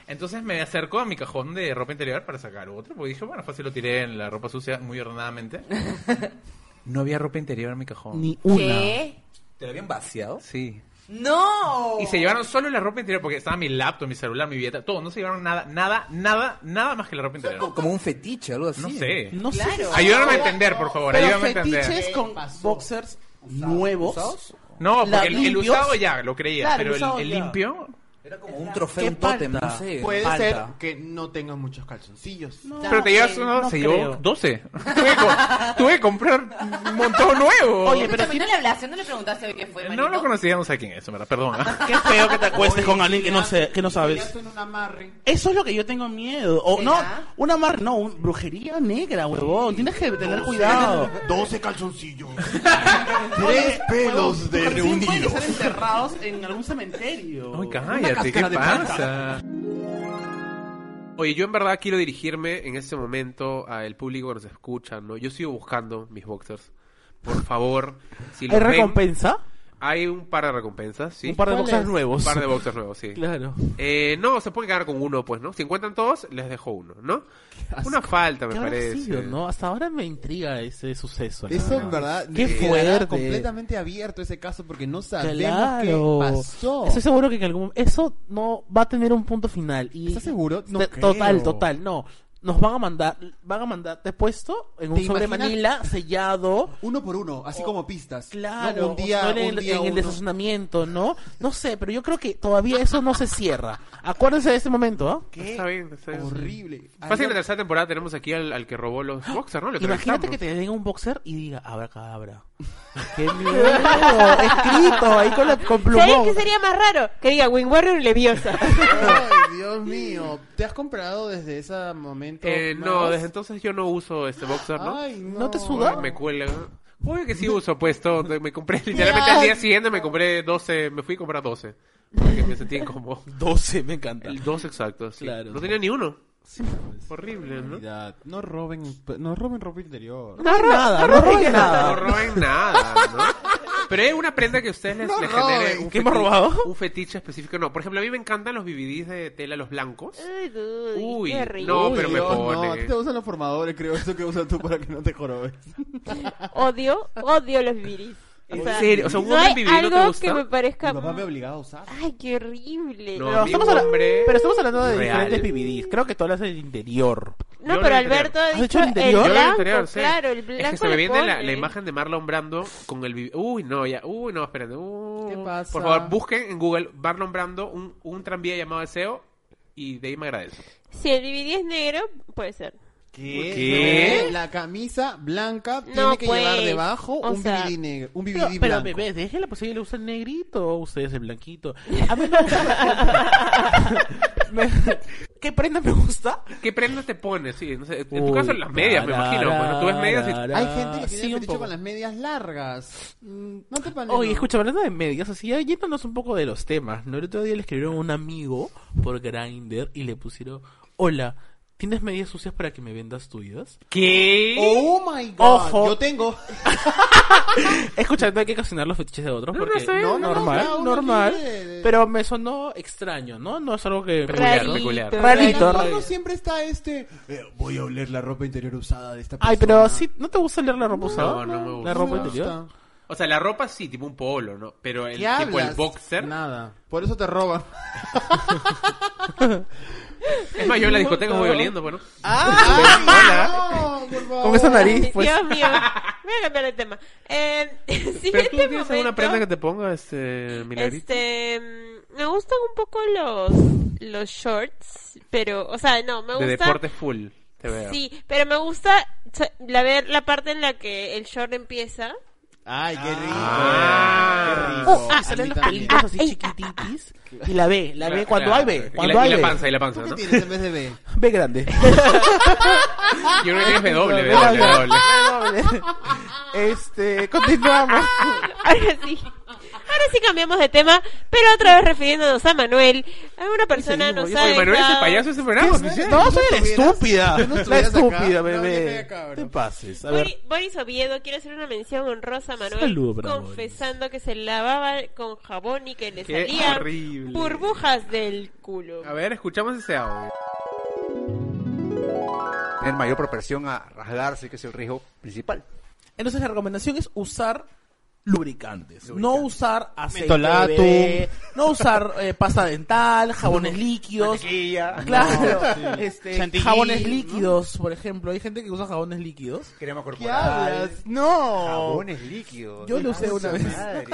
Entonces me acerco a mi cajón de ropa interior para sacar otro, porque dije, bueno, fácil lo tiré en la ropa sucia muy ordenadamente. No había ropa interior en mi cajón. Ni una. ¿Qué? ¿Te lo habían vaciado? Sí. ¡No! Y se llevaron solo la ropa interior porque estaba mi laptop, mi celular, mi billete, todo. No se llevaron nada, nada, nada, nada más que la ropa interior. Co- Como un fetiche, algo así. No sé. No sé. Claro. Ayúdame a entender, por favor. Pero ayúdame a entender. fetiches con boxers nuevos. ¿Usados? No, la- porque el, el limpios. usado ya lo creía, Claro, el pero el, usado el ya. limpio. Era como un trofeo, ¿Qué un tótem, falta? no sé. Puede falta. ser que no tengan muchos calzoncillos. Pero te llevas uno, no se creo. llevó 12. tuve, que co- tuve que comprar un montón nuevo. Oye, pero no le hablaste, no le preguntaste qué fue. no lo conocíamos aquí en eso, ¿verdad? Perdón. qué feo que te acuestes con alguien que no sé, que no sabes. en un amarre. Eso es lo que yo tengo miedo. O no, ¿Será? una mar, no, un- brujería negra, huevón. Tienes que tener cuidado. 12 calzoncillos. Oye, Tres pelos de huevón, tus calcetines pueden reunidos. estar enterrados en algún cementerio. Ay, cállate, ¿qué pasa? Oye, yo en verdad quiero dirigirme en este momento al público que nos escucha, ¿no? Yo sigo buscando mis boxers. Por favor, si ¿Hay los ven, recompensa? hay un par de recompensas, sí. Un par de ¿Cuál boxers es? nuevos. Un par de boxers nuevos, sí. Claro. Eh, no, se pueden quedar con uno, pues, ¿no? Si encuentran todos, les dejo uno, ¿no? Una falta, me ¿Qué habrá parece. sido, no? Hasta ahora me intriga ese suceso. la Eso Ah, en verdad. verdad Qué queda fuerte. completamente abierto ese caso porque no sabemos Claro. qué pasó. Estoy seguro que en algún eso no va a tener un punto final. Y ¿Estás seguro? No Te- creo. total, total, no. Nos van a mandar, van a mandar, te he puesto en un ¿Te sobre imaginas? manila sellado. Uno por uno, así como pistas. Oh, Claro, ¿no? un día, o en, un el- día en el uno. desazonamiento, ¿no? No sé, pero yo creo que todavía eso no se cierra. Acuérdense de este momento, ¿ah Qué Está bien, está bien. horrible. Fácil, en la Había- tercera temporada tenemos aquí al, al que robó los boxers, ¿no? Lo ¡Ah! Imagínate entrevistamos. que te den un boxer y diga, abra cadabra. ¡Qué miedo! Escrito, ahí con, la, con ¿Saben qué plumón. sería más raro? Que diga Wing Warrior Leviosa. Ay, Dios mío. ¿Te has comprado desde ese momento? Eh, no, más? desde entonces yo no uso este boxer, ¿no? Ay, no. ¿No te suda? Me cuelga. Obvio que sí uso, pues todo. Me compré, literalmente al día siguiente me compré 12, me fui a comprar 12. Porque me sentí incómodo. 12, me encanta. El 12 exacto, sí. Claro. pues. No tenía ni uno. Horrible, ¿no? No Mirad, No roben, no roben ropa interior. No, nada, no roben nada. roben nada, ¿no? Pero hay una prenda que a ustedes les, No les roben. genere un, ¿Qué hemos feti- robado? un fetiche específico. No, por ejemplo, a mí me encantan los BBDs de tela, los Eh. blancos. Ay, dude, Uy, qué rico. no, pero me Dios, No, a pone. ti te usan los formadores, creo, eso que usas tú para que no te jorobes. Odio, odio los viris. O ¿En sea, serio? O sea, ¿un no hombre hay vivido te algo gusta? que me parezca... Mi papá me obligaba a usar. Ay, qué horrible. No, Pero mi estamos, habla- hombre pero estamos hablando de real. diferentes BBDs. Creo que tú hablas del interior. No, Yo pero lo interior. Alberto ha ¿Has dicho hecho el el interior? blanco, Yo lo interior, sí. claro, el blanco Es que se me le viene la, pone. la imagen de Marlon Brando con el... vi- Uy, no, ya. Uy, no, espérate. Uy. ¿Qué pasa? Por favor, busquen en Google Marlon Brando un, un tranvía llamado Deseo y de ahí me agradezco. Si el DVD es negro, puede ser. ¿Qué? ¿Qué? Eh, La camisa blanca No, tiene que pues, llevar debajo o un sea- BBD negro, un Pero, BBD pero blanco. bebés, déjenla pues ella usa el negrito, ustedes el blanquito. A mí me gusta. Me- ¿Qué prenda me gusta? ¿Qué prenda te pones? Sí, no sé, en tu Uy, caso, las medias, me imagino. Cuando tú ves medias "Ah, y... tarara, Hay gente que tiene sí, un fetiche poco. con las medias largas. Mm, No te panes. Oye, escucha, hablando de medias, así ya yéndonos un poco de los temas, ¿no? El otro día le escribieron a un amigo por Grindr y le pusieron, hola, ¿tienes medias sucias para que me vendas tuyas? ¿Qué? Oh my god. Ojo. Yo tengo. Escucha, no hay que cocinar los fetiches de otros No, no, porque está bien. No, no, no, normal, cada uno normal. tiene- Pero me sonó extraño, ¿no? No es algo que... Peculiar, Rarito. peculiar. Rarito, No, rarito. siempre está este. eh, voy a oler la ropa interior usada de esta persona. Ah, Ay, pero sí, ¿no te gusta leer la ropa No, usada? no me gusta. La ropa Me gusta. interior. O sea, la ropa sí, tipo un polo, ¿no? Pero el ¿Qué tipo el hablas? boxer. Nada. Por eso te roban. Es más, yo en la discoteca voy oliendo, pues, bueno. ¡Ah! No, por favor. Con esa nariz, Ay, pues. Dios mío. Voy a cambiar de tema. Eh, Pero siguiente tú tienes alguna momento, prenda que te ponga, este, milagrito. Este, mm, me gustan un poco los los shorts, pero, o sea, no, me gusta. De deporte full, te veo. Sí, pero me gusta o sea, la ver la parte en la que el short empieza. Ay, qué rico. Ah. Qué rico. Oh, y A mí salen los también. pelitos Ah, así eh, Ay, chiquititis y la ve, la ve Claro, cuando claro. hay ve, y cuando la, y hay la ve. panza, y la panza, ¿Tú qué ¿no? Yo tienes en vez de B? Ve grande. creo que tienes B doble, B Ve grande. doble, B doble. Ve doble. Este, continuamos. Ah, Ahora sí. Ahora sí cambiamos de tema, pero otra vez refiriéndonos a Manuel. A una persona seguimos, nos yo ha soy Oye, Manuel es el dejado- payaso de este programa, oficial. No, soy la pues, estuvieras- estúpida. si no La estuvieras acá, estúpida, no, vete bebé. acá, cabrón. Te pases. A ver. Bori- Boris Oviedo quiere hacer una mención honrosa a Manuel, Saludo para confesando que se lavaba con jabón y que le Qué salían horrible. Ah, burbujas del culo. A ver, escuchamos ese audio. Tener mayor proporción a rasgarse, que es el riesgo principal. Entonces la recomendación es usar lubricantes, no usar aceite Mentolatum. de bebé, no usar eh, pasta dental, jabones líquidos, claro, este, Chantilly, jabones ¿no? líquidos, por ejemplo, hay gente que usa jabones líquidos. Crema ¿Qué corporal. hablas? No. Jabones líquidos. Yo lo usé Ah, una su vez. madre.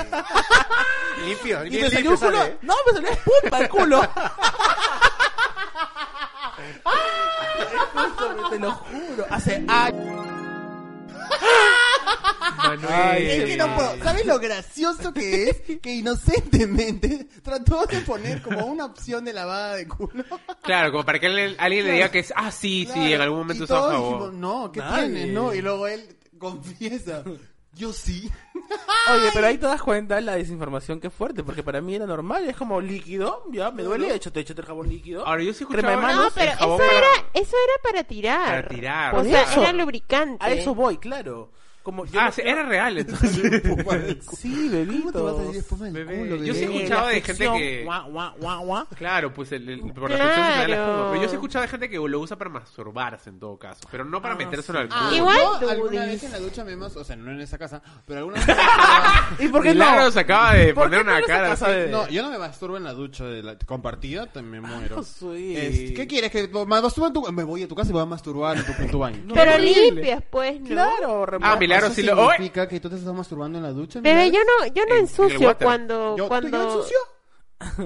limpio, Y limpio. me limpio salió un culo, sale, ¿eh? no, me salió espuma el culo. Te lo juro, hace años. Manuel. Es que no puedo. ¿Sabes lo gracioso que es? Que inocentemente trató de poner como una opción de lavada de culo. Claro, como para que le- alguien le diga que es, ah, sí, sí, en algún momento Y usaba todos jabón. dijimos, no, ¿qué Nadie. tienes? No, y luego él confiesa. Yo sí. Oye, pero ahí te das cuenta la desinformación que es fuerte, porque para mí era normal, es como líquido, ya me duele, échate, échate el jabón líquido. Ahora, yo sí Crema de escuchaba manos, el No, pero jabón eso para- era, eso era para tirar. Para tirar. O Por sea, eso. era lubricante. A eso voy, claro. Como yo Ah, no sí, creo- era real, entonces. Sí, ¿Cómo te vas a salir bebito. espuma del Bebé, culo, bebé? yo sí escuchaba- escuchado de gente Este que- Guau, guau, guau, guau. Claro, pues el, el- por la Claro. fricción se dan las cosas. Pero yo sí he escuchado de gente que lo usa para masturbarse en todo caso, pero no para metérselo al culo. Ah, Igual yo tú alguna dices. vez en la ducha me mas... O sea, no en esa casa, pero alguna vez... ¿Y por qué Milagro no? se acaba de ¿Por poner qué no una eres cara. acaso así. de- No, yo no me masturbo en la ducha de la compartida, te- me muero. sí. Este, ¿Qué quieres? ¿Que me masturbe en tu... Me voy a tu casa y voy a masturbar en tu, en tu baño. Pero horrible. limpias, pues, ¿no? Claro, Ah, remojo. Milagro ¿Eso sí lo. ¡Ay! significa que tú te estás masturbando en la ducha? Bebé, yo Milagros? no, yo no En- en el ensucio water. cuando, Yo- ¿tú- cuando, yo ensucio?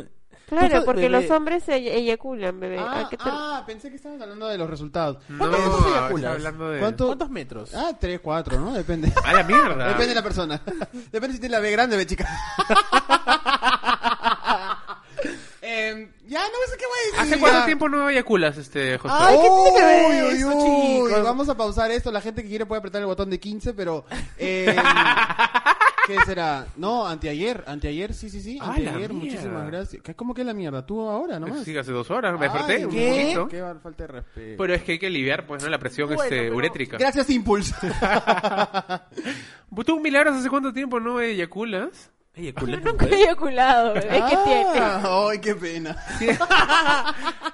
claro, Entonces, porque bebé. los hombres se e- eyaculan, bebé. Ah, ¿A qué te- ah, pensé que estabas hablando de los resultados. No, ¿Cuánto tiempo está eyaculas? hablando de. ¿Cuánto- ¿Cuántos metros? Ah, tres, cuatro, ¿no? Depende. A la mierda. Depende de la persona. Depende si tiene la B grande o B chica. Em, ya, no sé qué voy a decir. ¿Hace cuánto ya. tiempo no eyaculas, este, José? Ay, ¿qué tiene que ver Uy, eso, uy, uy. chicos? Vamos a pausar esto. La gente que quiere puede apretar el botón de 15, pero... em, ¿Qué será? No, anteayer. Anteayer, sí, sí, sí. Ah, la Anteayer, mierda. muchísimas gracias. ¿Qué- ¿Cómo que la mierda? ¿Tú ahora nomás? Sí, hace dos horas, me Ay, desperté un ¿qué? poquito. Qué bar- falta de respeto. Pero es que hay que aliviar, pues, ¿no? La presión este, urétrica. Gracias, Impulse. ¿Tú, Milagros, hace cuánto tiempo no eyaculas? Eyacula. Nunca he eyaculado, bebé, ¿qué tiene? Ah, Ay, qué pena.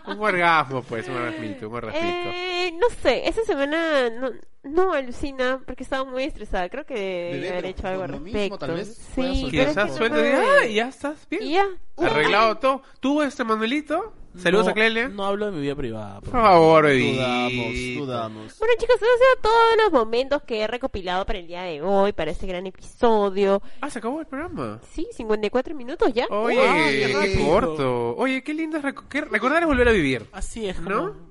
Un orgasmo, pues, un orgasmito, un orgasmito. Eh, no sé, esa semana no, no alucina porque estaba muy estresada. Creo que Bebé, debe haber pero hecho algo al por lo mismo, respecto. tal vez, pueda sí, soltar pero es Quizás que suelta no y diga, puede. "Ay, ya estás bien. Y ya. Uh, Arreglado todo. ¿Tú, este Manuelito? Saludos No, a Clelia. No hablo de mi vida privada. por Por favor, baby. Dudamos, dudamos. Bueno, chicos, esos han sido todos los momentos que he recopilado para el día de hoy, para este gran episodio. Ah, se acabó el programa. Sí, 54 minutos ya. Oye, Ay, qué qué, rico. corto. Oye, qué lindo es reco- qué- recordar es volver a vivir. Así es, ¿No? como-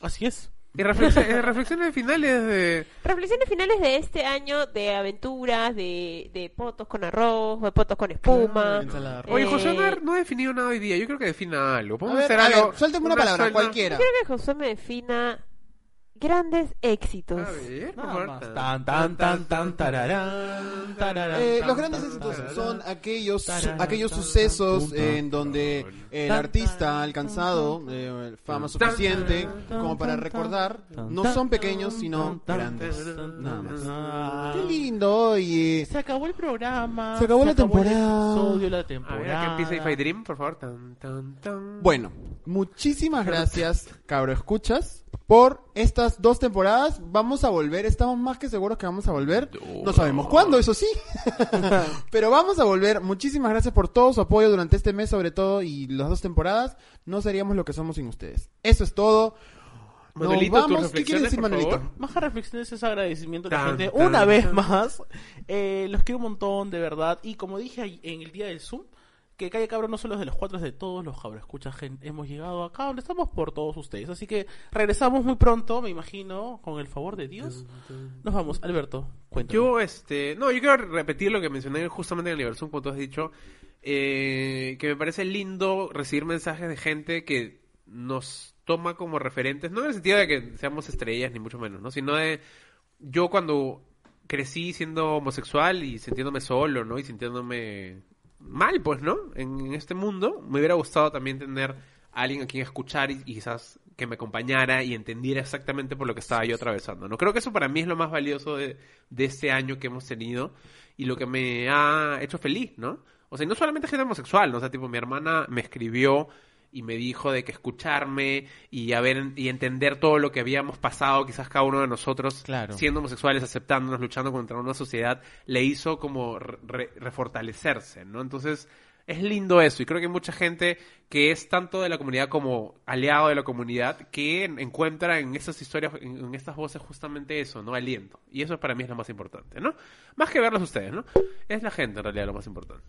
Así es. Y reflexión- eh, reflexiones finales de... Reflexiones finales de este año de aventuras, de, de potos con arroz, de potos con espuma. ensalada Oye, Eh, José no, ha- no ha definido nada hoy día. Yo creo que defina algo. A Podemos ver, hacer a algo. ver, suéltame una palabra, suelta- cualquiera. Quiero que Josué me defina grandes éxitos. A ver, por Nada favor. más. Tan, tan, tan, tan, tararán, tararán, Eh, tan, los grandes tan, éxitos tararán. son aquellos Tarán, aquellos tan, sucesos tan, en donde el tan, artista ha alcanzado eh, fama tan, suficiente tan, como para tan, recordar tan, no tan, son pequeños sino tan, grandes tan, nada más Ah. qué lindo eh. oye Se acabó el programa. Se acabó la el temporada. episodio, la A temporada. ver, que empiece If I Dream, por favor. Tan, tan, tan. bueno muchísimas gracias cabro escuchas por estas dos temporadas vamos a volver estamos más que seguros que vamos a volver no Oh. sabemos cuándo eso sí Pero vamos a volver. Muchísimas gracias por todo su apoyo durante este mes, sobre todo, y las dos temporadas. No seríamos lo que somos sin ustedes. Eso es todo. Nos Manuelito, tus vamos. ¿Qué quieres reflexiones, decir, por Manuelito? favor. Más que reflexiones es agradecimiento a la Tan, gente. tan, Una vez tan. más, eh, los quiero un montón, de verdad. Y como dije ahí en el día del Zoom, que Calle Cabro no solo es de los cuatro, es de todos los cabros. Escucha, gente, hemos llegado acá donde estamos por todos ustedes. Así que regresamos muy pronto, me imagino, con el favor de Dios. Nos vamos, Alberto, cuéntame. Yo, este. No, yo quiero repetir lo que mencioné justamente en el universo, cuando tú has dicho. eh, que me parece lindo recibir mensajes de gente que nos toma como referentes. No en el sentido de que seamos estrellas, ni mucho menos, ¿no? Sino de. Yo cuando crecí siendo homosexual y sintiéndome solo, ¿no? Y sintiéndome mal, pues, ¿no? En, en este mundo, me hubiera gustado también tener a alguien a quien escuchar y, y quizás que me acompañara y entendiera exactamente por lo que estaba yo atravesando, ¿no? Creo que eso para mí es lo más valioso de, de este año que hemos tenido y lo que me ha hecho feliz, ¿no? O sea, y no solamente gente homosexual, ¿no? O sea, tipo, mi hermana me escribió y me dijo de que escucharme y a ver y entender todo lo que habíamos pasado quizás cada uno de nosotros Claro. siendo homosexuales aceptándonos luchando contra una sociedad le hizo como re- re- refortalecerse no entonces es lindo eso y creo que hay mucha gente que es tanto de la comunidad como aliado de la comunidad que en- encuentra en esas historias en, en estas voces justamente eso no aliento y eso para mí es lo más importante no más que verlos ustedes no es la gente en realidad lo más importante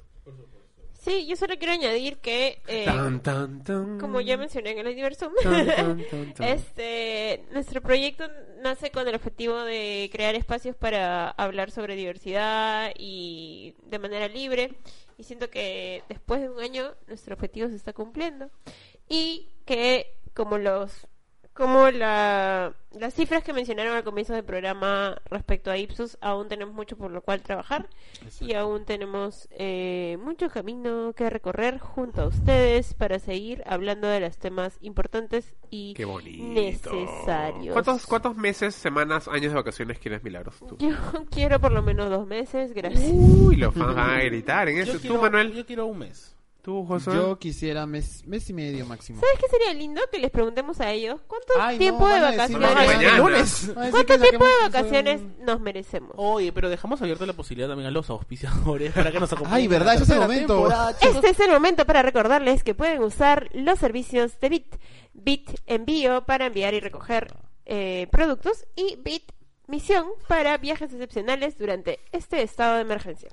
Sí, yo solo quiero añadir que, eh, Tan, tan, tan. como ya mencioné en el universo, Tan, tan, tan, tan. este, nuestro proyecto nace con el objetivo de crear espacios para hablar sobre diversidad y de manera libre. Y siento que después de un año nuestro objetivo se está cumpliendo. Y que como los como la, las cifras que mencionaron al comienzo del programa respecto a Ipsos, aún tenemos mucho por lo cual trabajar y aún tenemos eh, mucho camino que recorrer junto a ustedes para seguir hablando de los temas importantes y Qué bonito. necesarios. ¿Cuántos, ¿Cuántos meses, semanas, años de vacaciones quieres, Milagros? Tú? Yo quiero por lo menos dos meses, gracias. Uh. Uy, los fans van a gritar en Yo eso. quiero- Tú, Manuel. Yo quiero un mes. Tú, José. Yo quisiera mes, mes y medio máximo. ¿Sabes qué sería lindo que les preguntemos a ellos cuánto Ay, no, tiempo de van a decir- vacaciones? van a decir- Ay, sí ¿Cuánto que saquemos tiempo de un- vacaciones nos merecemos? Oye, pero dejamos abierta la posibilidad también a los auspiciadores para que nos acompañen. Ay, verdad, en la ese es el tercera momento. temporada, chicos. Este es el momento para recordarles que pueden usar los servicios de Bit. Bit Envío para enviar y recoger eh, productos y Bit Misión para viajes excepcionales durante este estado de emergencia.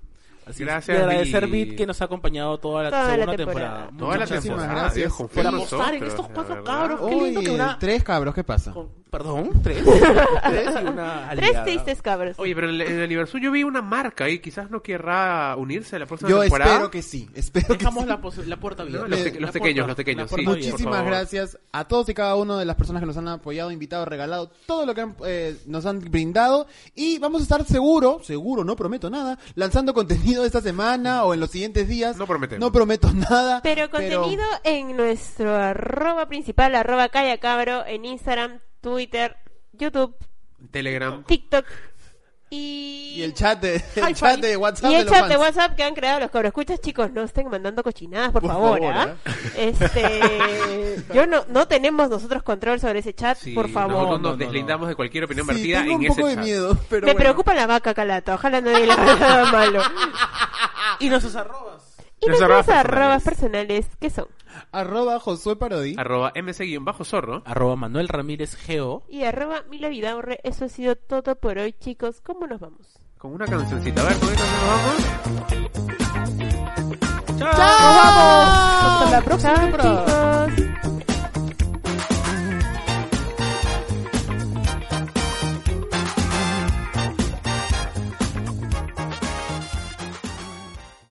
Así es. Gracias, Y agradecer Bit. Bit que nos ha acompañado toda la Toda la segunda temporada. temporada. Toda la Muchísimas temporada. gracias. viejo, Por fuimos apostar en nosotros, estos cuatro la verdad. cabros. Qué lindo que Oye, una... tres cabros, ¿qué pasa? con- Perdón, tres. tres y una Tres aliada. tristes cabros. Oye, pero en el, en el aniversario yo vi una marca y quizás no querrá unirse a la próxima Yo temporada. espero que sí, espero que Dejamos sí. la, posi- la puerta abierta. No, los te- La los pequeños, puerta- los pequeños, la puerta sí. abierta. Muchísimo. Muchísimas favor. gracias a todos y cada una de las personas que nos han apoyado, invitado, regalado, todo lo que han, eh, nos han brindado. Y vamos a estar seguro, seguro, no prometo nada, lanzando contenido esta semana o en los siguientes días. No prometemos. No prometo nada. Pero contenido en nuestro arroba principal, arroba Calla Cabro, en Instagram, Twitter, YouTube, Telegram. TikTok, Y... Y el chat de, High el chat five. de WhatsApp y de el los chat de fans. WhatsApp que han creado los cabros escuchas chicos no estén mandando cochinadas por, Por favor, favor, ¿eh? ¿ah? este yo no no tenemos nosotros control sobre ese chat Sí, por favor Nosotros nos deslindamos de cualquier opinión Sí, vertida tengo en un ese poco de chat. miedo, pero me bueno. preocupa la vaca calata ojalá nadie le haga nada malo Y nuestros arrobas. y Nuestras nuestras arrobas arrobas personales ¿qué son Arroba Josué Parodi. Arroba mc-zorro. Arroba Manuel Ramírez Geo. y arroba Mila Vidaurre eso ha sido todo por hoy chicos cómo nos vamos Con una cancioncita. A ver, con esta nos vamos. nos vamos hasta la próxima chicos